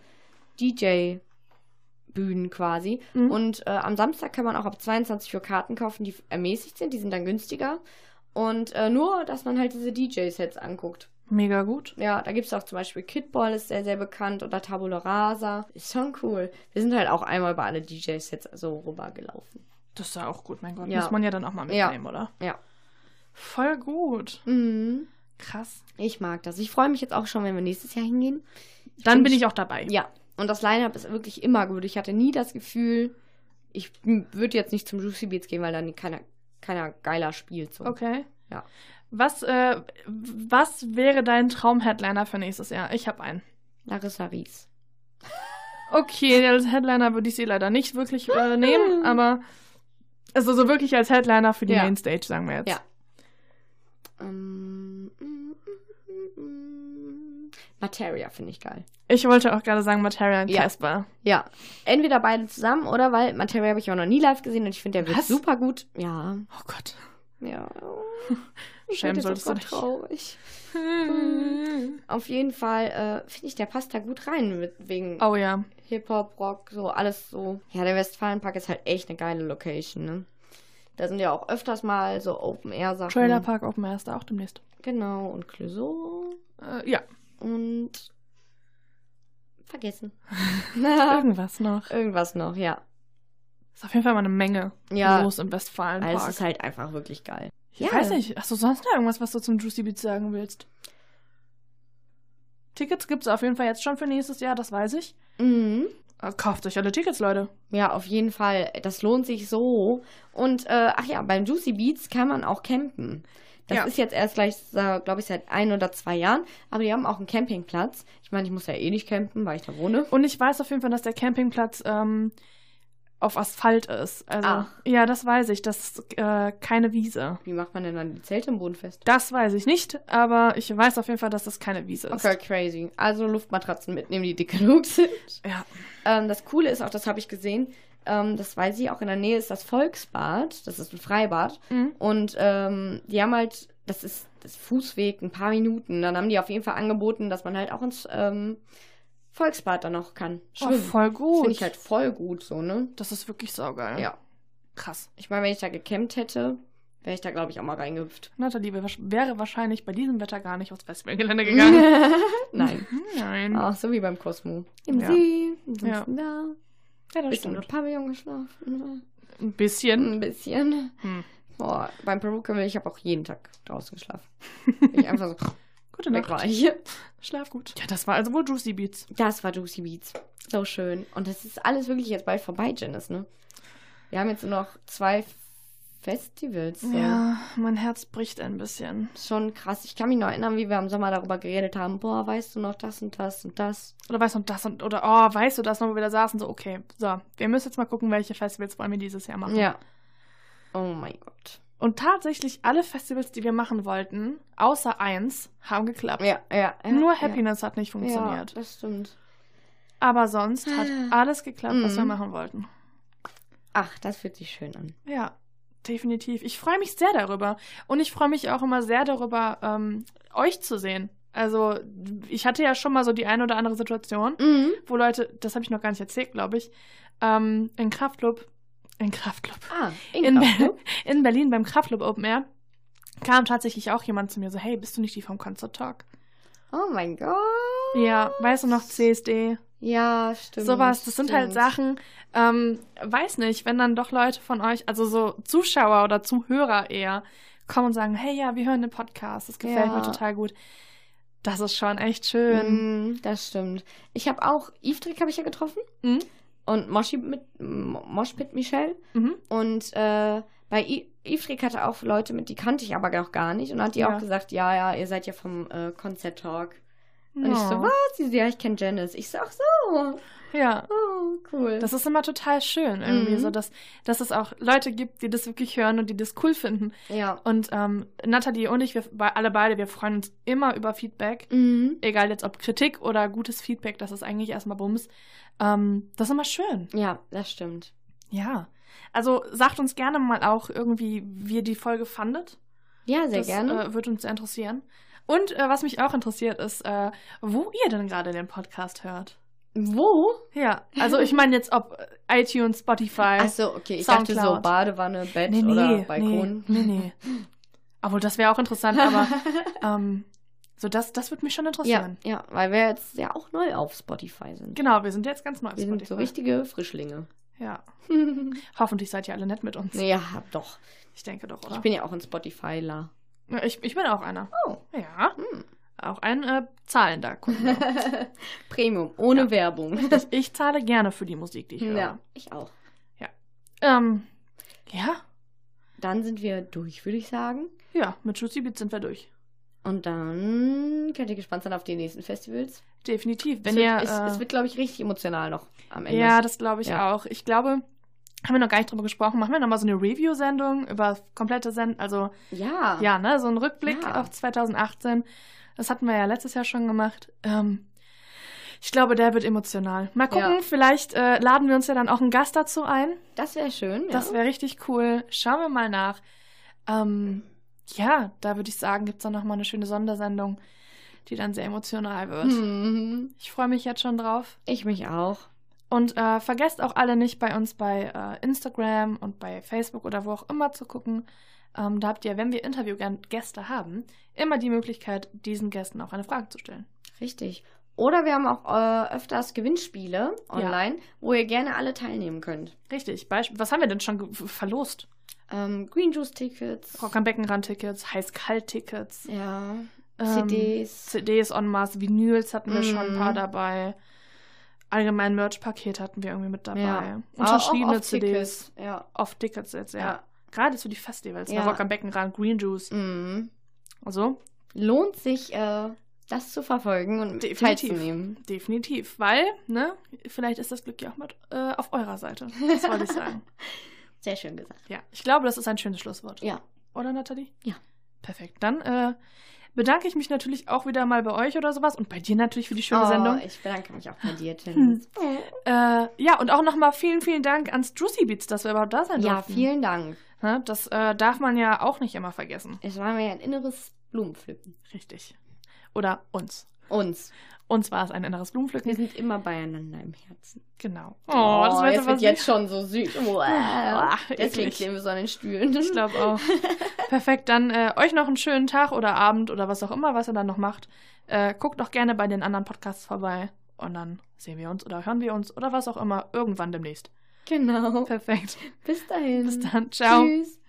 Speaker 1: DJ-Bühnen quasi.
Speaker 2: Mhm.
Speaker 1: Und äh, am Samstag kann man auch ab 22 Uhr Karten kaufen, die ermäßigt sind. Die sind dann günstiger. Und äh, nur, dass man halt diese DJ-Sets anguckt.
Speaker 2: Mega gut.
Speaker 1: Ja, da gibt es auch zum Beispiel Kidball ist sehr, sehr bekannt oder Tabula Rasa. Ist schon cool. Wir sind halt auch einmal bei alle DJs-Sets so rübergelaufen.
Speaker 2: Das ist ja auch gut, mein Gott.
Speaker 1: Ja.
Speaker 2: Muss man ja dann auch mal
Speaker 1: Ja.
Speaker 2: mitnehmen, oder?
Speaker 1: Ja.
Speaker 2: Voll gut.
Speaker 1: Mhm.
Speaker 2: Krass.
Speaker 1: Ich mag das. Ich freue mich jetzt auch schon, wenn wir nächstes Jahr hingehen.
Speaker 2: Dann
Speaker 1: bin
Speaker 2: bin ich auch dabei.
Speaker 1: Ja, und das Line-Up ist wirklich immer gut. Ich hatte nie das Gefühl, ich würde jetzt nicht zum Juicy Beats gehen, weil dann keiner, keiner geiler spielt. So.
Speaker 2: Okay.
Speaker 1: Ja.
Speaker 2: Was, äh, was wäre dein Traum-Headliner für nächstes Jahr? Ich habe einen.
Speaker 1: Larissa Ries.
Speaker 2: Okay, als Headliner würde ich sie leider nicht wirklich äh, nehmen, aber also so wirklich als Headliner für die
Speaker 1: Ja.
Speaker 2: Mainstage, sagen wir jetzt.
Speaker 1: Ja. Ähm, mm, mm, mm, mm. Materia finde ich geil.
Speaker 2: Ich wollte auch gerade sagen Materia und
Speaker 1: Ja.
Speaker 2: Casper.
Speaker 1: Ja, entweder beide zusammen oder weil Materia habe ich auch noch nie live gesehen und ich finde der wird
Speaker 2: Was?
Speaker 1: super gut. Ja,
Speaker 2: Oh Gott. [laughs]
Speaker 1: ja.
Speaker 2: Schämen
Speaker 1: werde jetzt
Speaker 2: solltest du
Speaker 1: sogar
Speaker 2: dich.
Speaker 1: traurig.
Speaker 2: Hm.
Speaker 1: Auf jeden Fall äh, finde ich, der passt da gut rein mit, wegen
Speaker 2: Oh ja.
Speaker 1: Hip-Hop, Rock, so alles so. Ja, der Westfalenpark ist halt echt eine geile Location, ne? Da sind ja auch öfters mal so Open-Air-Sachen.
Speaker 2: Trailer Park Open Air ist da auch demnächst.
Speaker 1: Genau, und Clouseau
Speaker 2: Äh, ja.
Speaker 1: und
Speaker 2: [laughs]
Speaker 1: vergessen.
Speaker 2: [laughs]
Speaker 1: [laughs]
Speaker 2: Irgendwas noch.
Speaker 1: Irgendwas noch, ja.
Speaker 2: Ist auf jeden Fall mal eine Menge
Speaker 1: Ja.
Speaker 2: los im Westfalenpark.
Speaker 1: Weil es ist halt einfach wirklich geil.
Speaker 2: ich
Speaker 1: ja.
Speaker 2: weiß nicht. Hast du sonst noch irgendwas, was du zum Juicy Beats sagen willst? Tickets gibt's auf jeden Fall jetzt schon für nächstes Jahr, das weiß ich.
Speaker 1: Mhm.
Speaker 2: Äh, Kauft euch alle Tickets, Leute.
Speaker 1: Ja, auf jeden Fall. Das lohnt sich so. Und äh, ach ja, beim Juicy Beats kann man auch campen. Das
Speaker 2: Ja.
Speaker 1: ist jetzt erst gleich, glaube ich, seit ein oder zwei Jahren. Aber die haben auch einen Campingplatz. Ich meine, ich muss ja eh nicht campen, weil ich da wohne.
Speaker 2: Und ich weiß auf jeden Fall, dass der Campingplatz ähm, auf Asphalt ist. Also,
Speaker 1: Ah.
Speaker 2: Ja, das weiß ich. Das ist äh, keine Wiese.
Speaker 1: Wie macht man denn dann die Zelte im Boden fest?
Speaker 2: Das weiß ich nicht, aber ich weiß auf jeden Fall, dass das keine Wiese ist.
Speaker 1: Okay, crazy.
Speaker 2: [laughs]
Speaker 1: Also Luftmatratzen mitnehmen, die dick genug sind.
Speaker 2: Ja.
Speaker 1: Ähm, das Coole ist auch, das habe ich gesehen, Ähm, das weiß ich auch. In der Nähe ist das Volksbad. Das ist ein Freibad.
Speaker 2: Mhm.
Speaker 1: Und ähm, die haben halt, das ist das Fußweg, ein paar Minuten. Dann haben die auf jeden Fall angeboten, dass man halt auch ins ähm, Volksbad dann noch kann.
Speaker 2: Oh,
Speaker 1: Schwimmen.
Speaker 2: voll
Speaker 1: das
Speaker 2: gut.
Speaker 1: finde ich halt voll gut so, ne?
Speaker 2: das ist wirklich saugeil.
Speaker 1: Ja.
Speaker 2: Krass.
Speaker 1: Ich meine, wenn ich da gecampt hätte, wäre ich da, glaube ich, auch mal reingehüpft.
Speaker 2: Natalie wär- wäre wahrscheinlich bei diesem Wetter gar nicht aufs Festivalgelände [laughs] gegangen.
Speaker 1: [laughs]
Speaker 2: Mhm.
Speaker 1: Nein.
Speaker 2: Nein.
Speaker 1: Ach, so wie beim Cosmo. Im
Speaker 2: Ja.
Speaker 1: See, ansonsten da.
Speaker 2: Ja, das
Speaker 1: Bisschen im
Speaker 2: stimmt.
Speaker 1: Pavillon geschlafen. ne?
Speaker 2: Ein bisschen.
Speaker 1: Ein bisschen.
Speaker 2: Hm.
Speaker 1: Boah, beim Perücke, ich habe auch jeden Tag draußen
Speaker 2: [laughs]
Speaker 1: geschlafen. Bin ich einfach so
Speaker 2: Gute
Speaker 1: weg
Speaker 2: Nacht.
Speaker 1: war ich.
Speaker 2: Schlaf gut. Ja, das war also wohl Juicy Beats.
Speaker 1: Das war Juicy Beats. So schön. Und das ist alles wirklich jetzt bald vorbei, Janice, ne? Wir haben jetzt nur noch zwei Festivals. so.
Speaker 2: Ja, mein Herz bricht ein bisschen.
Speaker 1: Schon krass. Ich kann mich noch erinnern, wie wir im Sommer darüber geredet haben. Boah, weißt du noch das und das und das?
Speaker 2: Oder weißt du noch das und oder oh, weißt du das noch, wo wir da saßen? So, okay. So, wir müssen jetzt mal gucken, welche Festivals wollen wir dieses Jahr machen.
Speaker 1: Ja. Oh mein Gott.
Speaker 2: Und tatsächlich alle Festivals, die wir machen wollten, außer eins, haben geklappt.
Speaker 1: Ja, ja. ja
Speaker 2: Nur
Speaker 1: ja.
Speaker 2: Happiness hat nicht funktioniert.
Speaker 1: Ja, das stimmt.
Speaker 2: Aber sonst hat
Speaker 1: Ah.
Speaker 2: alles geklappt, was
Speaker 1: Mhm.
Speaker 2: wir machen wollten.
Speaker 1: Ach, das fühlt sich schön an.
Speaker 2: Ja, definitiv. Ich freue mich sehr darüber. Und ich freue mich auch immer sehr darüber, ähm, euch zu sehen. Also, ich hatte ja schon mal so die eine oder andere Situation,
Speaker 1: Mhm.
Speaker 2: wo Leute, das habe ich noch gar nicht erzählt, glaube ich, ähm, in Kraftclub, in Kraftclub,
Speaker 1: Ah,
Speaker 2: in,
Speaker 1: Ingolstadt, ne?
Speaker 2: Ber [laughs] in Berlin beim Kraftclub Open Air kam tatsächlich auch jemand zu mir so, hey, bist du nicht die vom Concert Talk?
Speaker 1: Oh mein Gott.
Speaker 2: Ja, weißt du noch CSD?
Speaker 1: Ja, stimmt.
Speaker 2: Sowas, das sind halt
Speaker 1: stimmt.
Speaker 2: Sachen, ähm, weiß nicht, wenn dann doch Leute von euch, also so Zuschauer oder Zuhörer eher, kommen und sagen, hey, ja, wir hören den Podcast, das gefällt
Speaker 1: Ja.
Speaker 2: mir total gut. Das ist schon echt schön.
Speaker 1: Mm, das stimmt. Ich habe auch, Yves habe ich ja getroffen
Speaker 2: Mhm.
Speaker 1: und Moshi mit, M- Moshpit Michelle.
Speaker 2: Mhm.
Speaker 1: Und äh, bei Yves hatte auch Leute mit, die kannte ich aber noch gar nicht. Und hat die
Speaker 2: Ja.
Speaker 1: auch gesagt, ja, ja, ihr seid ja vom äh, Concert Talk. Und ich so,
Speaker 2: Mhm. Ja.
Speaker 1: was? Sie so, ja, ich kenne Janice. Ich so, ach so.
Speaker 2: ja,
Speaker 1: Oh, cool.
Speaker 2: das ist immer total schön irgendwie,
Speaker 1: Mhm.
Speaker 2: so dass, dass es auch Leute gibt, die das wirklich hören und die das cool finden.
Speaker 1: ja.
Speaker 2: Und ähm, Nathalie und ich, wir be- alle beide, wir freuen uns immer über Feedback.
Speaker 1: Mhm.
Speaker 2: Egal jetzt ob Kritik oder gutes Feedback, das ist eigentlich erstmal Bums. Ähm, das ist immer schön.
Speaker 1: Ja, das stimmt.
Speaker 2: Ja. Also sagt uns gerne mal auch irgendwie, wie ihr die Folge fandet.
Speaker 1: Ja, sehr
Speaker 2: das
Speaker 1: gerne.
Speaker 2: Äh, würde uns sehr interessieren. Und äh, was mich auch interessiert ist, äh, wo ihr denn gerade den Podcast hört.
Speaker 1: Wo?
Speaker 2: Ja, also ich meine jetzt ob äh, iTunes, Spotify.
Speaker 1: Ach so, okay. Ich dachte so
Speaker 2: Soundcloud.
Speaker 1: Badewanne, Bett oder Balkon.
Speaker 2: Nee, nee, nee. [laughs] Obwohl, das wäre auch interessant,
Speaker 1: [laughs]
Speaker 2: aber ähm, so das, das würde mich schon
Speaker 1: ja,
Speaker 2: interessieren.
Speaker 1: ja, weil wir jetzt ja auch neu auf Spotify sind.
Speaker 2: Genau, wir sind jetzt ganz neu auf
Speaker 1: Wir sind so
Speaker 2: Spotify.
Speaker 1: richtige [laughs] Frischlinge.
Speaker 2: Ja, hoffentlich seid ihr alle nett mit uns.
Speaker 1: ja, doch.
Speaker 2: Ich denke doch, oder?
Speaker 1: Ich bin ja auch ein [laughs] Spotifyler.
Speaker 2: Ja, ich, ich bin auch einer.
Speaker 1: Oh.
Speaker 2: Ja,
Speaker 1: Hm.
Speaker 2: auch ein äh,
Speaker 1: [laughs]
Speaker 2: zahlender Kunde.
Speaker 1: Premium, ohne
Speaker 2: Ja.
Speaker 1: Werbung.
Speaker 2: ich, ich zahle gerne für die Musik, die ich höre.
Speaker 1: [laughs] Ja, ich auch.
Speaker 2: Ähm, ja,
Speaker 1: Dann sind wir durch, würde ich sagen.
Speaker 2: ja, mit Juicy Beats sind wir durch.
Speaker 1: Und dann könnt ihr gespannt sein auf die nächsten Festivals.
Speaker 2: Definitiv. Wenn
Speaker 1: es,
Speaker 2: ihr,
Speaker 1: wird, es,
Speaker 2: äh,
Speaker 1: es wird, glaube ich, richtig emotional noch am Ende.
Speaker 2: ja, das glaube ich
Speaker 1: Ja.
Speaker 2: auch. Ich glaube, haben wir noch gar nicht drüber gesprochen. Machen wir nochmal so eine Review-Sendung über komplette Sendung, also
Speaker 1: ja.
Speaker 2: ja, ne, so ein Rückblick
Speaker 1: Ja.
Speaker 2: auf 2018. Das hatten wir ja letztes Jahr schon gemacht. Ähm, ich glaube, der wird emotional. Mal gucken,
Speaker 1: Ja.
Speaker 2: vielleicht äh, laden wir uns ja dann auch einen Gast dazu ein.
Speaker 1: das wäre schön. Ja.
Speaker 2: Das wäre richtig cool. Schauen wir mal nach. Ähm, ja, da würde ich sagen, gibt es dann nochmal eine schöne Sondersendung, die dann sehr emotional wird.
Speaker 1: Mhm.
Speaker 2: Ich freue mich jetzt schon drauf.
Speaker 1: Ich mich auch.
Speaker 2: Und äh, vergesst auch alle nicht, bei uns bei äh, Instagram und bei Facebook oder wo auch immer zu gucken. Ähm, da habt ihr, wenn wir Interviewgäste haben, immer die Möglichkeit, diesen Gästen auch eine Frage zu stellen.
Speaker 1: Richtig. Oder wir haben auch äh, öfters Gewinnspiele online, wo ihr gerne alle teilnehmen könnt.
Speaker 2: Richtig. Beispiel, was haben wir denn schon ge- verlost?
Speaker 1: Ähm, Green Juice Tickets.
Speaker 2: Rock am Beckenrand-Tickets, Heiß-Kalt-Tickets,
Speaker 1: Ja.
Speaker 2: ähm,
Speaker 1: CDs.
Speaker 2: CDs en masse, Vinyls hatten wir schon ein
Speaker 1: Mhm.
Speaker 2: paar dabei. Allgemein Merch-Paket hatten wir irgendwie mit dabei.
Speaker 1: Ja.
Speaker 2: Unterschriebene
Speaker 1: Aber auch oft
Speaker 2: CDs.
Speaker 1: Tickets. Ja.
Speaker 2: Off-Tickets jetzt, ja.
Speaker 1: ja.
Speaker 2: Gerade zu die Festivals, ne?
Speaker 1: Ja.
Speaker 2: Rock am Beckenrand, Green Juice.
Speaker 1: Mhm.
Speaker 2: Also,
Speaker 1: Lohnt sich, äh, das zu verfolgen und
Speaker 2: Definitiv.
Speaker 1: teilzunehmen.
Speaker 2: definitiv. Weil, ne, vielleicht ist das Glück ja auch mit äh, auf eurer Seite. Das wollte
Speaker 1: [laughs]
Speaker 2: ich sagen.
Speaker 1: Sehr schön gesagt.
Speaker 2: Ja, ich glaube, das ist ein schönes Schlusswort.
Speaker 1: Ja.
Speaker 2: Oder, Nathalie?
Speaker 1: Ja.
Speaker 2: Perfekt. Dann äh, bedanke ich mich natürlich auch wieder mal bei euch oder sowas und bei dir natürlich für die schöne
Speaker 1: oh,
Speaker 2: Sendung.
Speaker 1: Ich bedanke mich auch bei dir, Tim.
Speaker 2: Äh, ja, und auch nochmal vielen, vielen Dank ans Juicy Beats, dass wir überhaupt da sein
Speaker 1: ja,
Speaker 2: durften.
Speaker 1: vielen Dank.
Speaker 2: Ne, Das äh, darf man ja auch nicht immer vergessen.
Speaker 1: Es war mir ein inneres Blumenpflücken.
Speaker 2: Richtig. Oder uns.
Speaker 1: Uns.
Speaker 2: Uns war es ein inneres
Speaker 1: Wir
Speaker 2: Blumenpflücken.
Speaker 1: sind immer beieinander im Herzen.
Speaker 2: Genau.
Speaker 1: das wird
Speaker 2: was
Speaker 1: Oh, jetzt schon so
Speaker 2: [laughs]
Speaker 1: süß.
Speaker 2: Ah,
Speaker 1: Deswegen
Speaker 2: eklig.
Speaker 1: kleben wir so an den Stühlen.
Speaker 2: Ich glaube auch. Perfekt, dann äh, euch noch einen schönen Tag oder Abend oder was auch immer, was ihr dann noch macht. Äh, guckt doch gerne bei den anderen Podcasts vorbei und dann sehen wir uns oder hören wir uns oder was auch immer irgendwann demnächst.
Speaker 1: [laughs] Genau.
Speaker 2: Perfekt.
Speaker 1: Bis dahin.
Speaker 2: Bis dann. Ciao.
Speaker 1: Tschüss.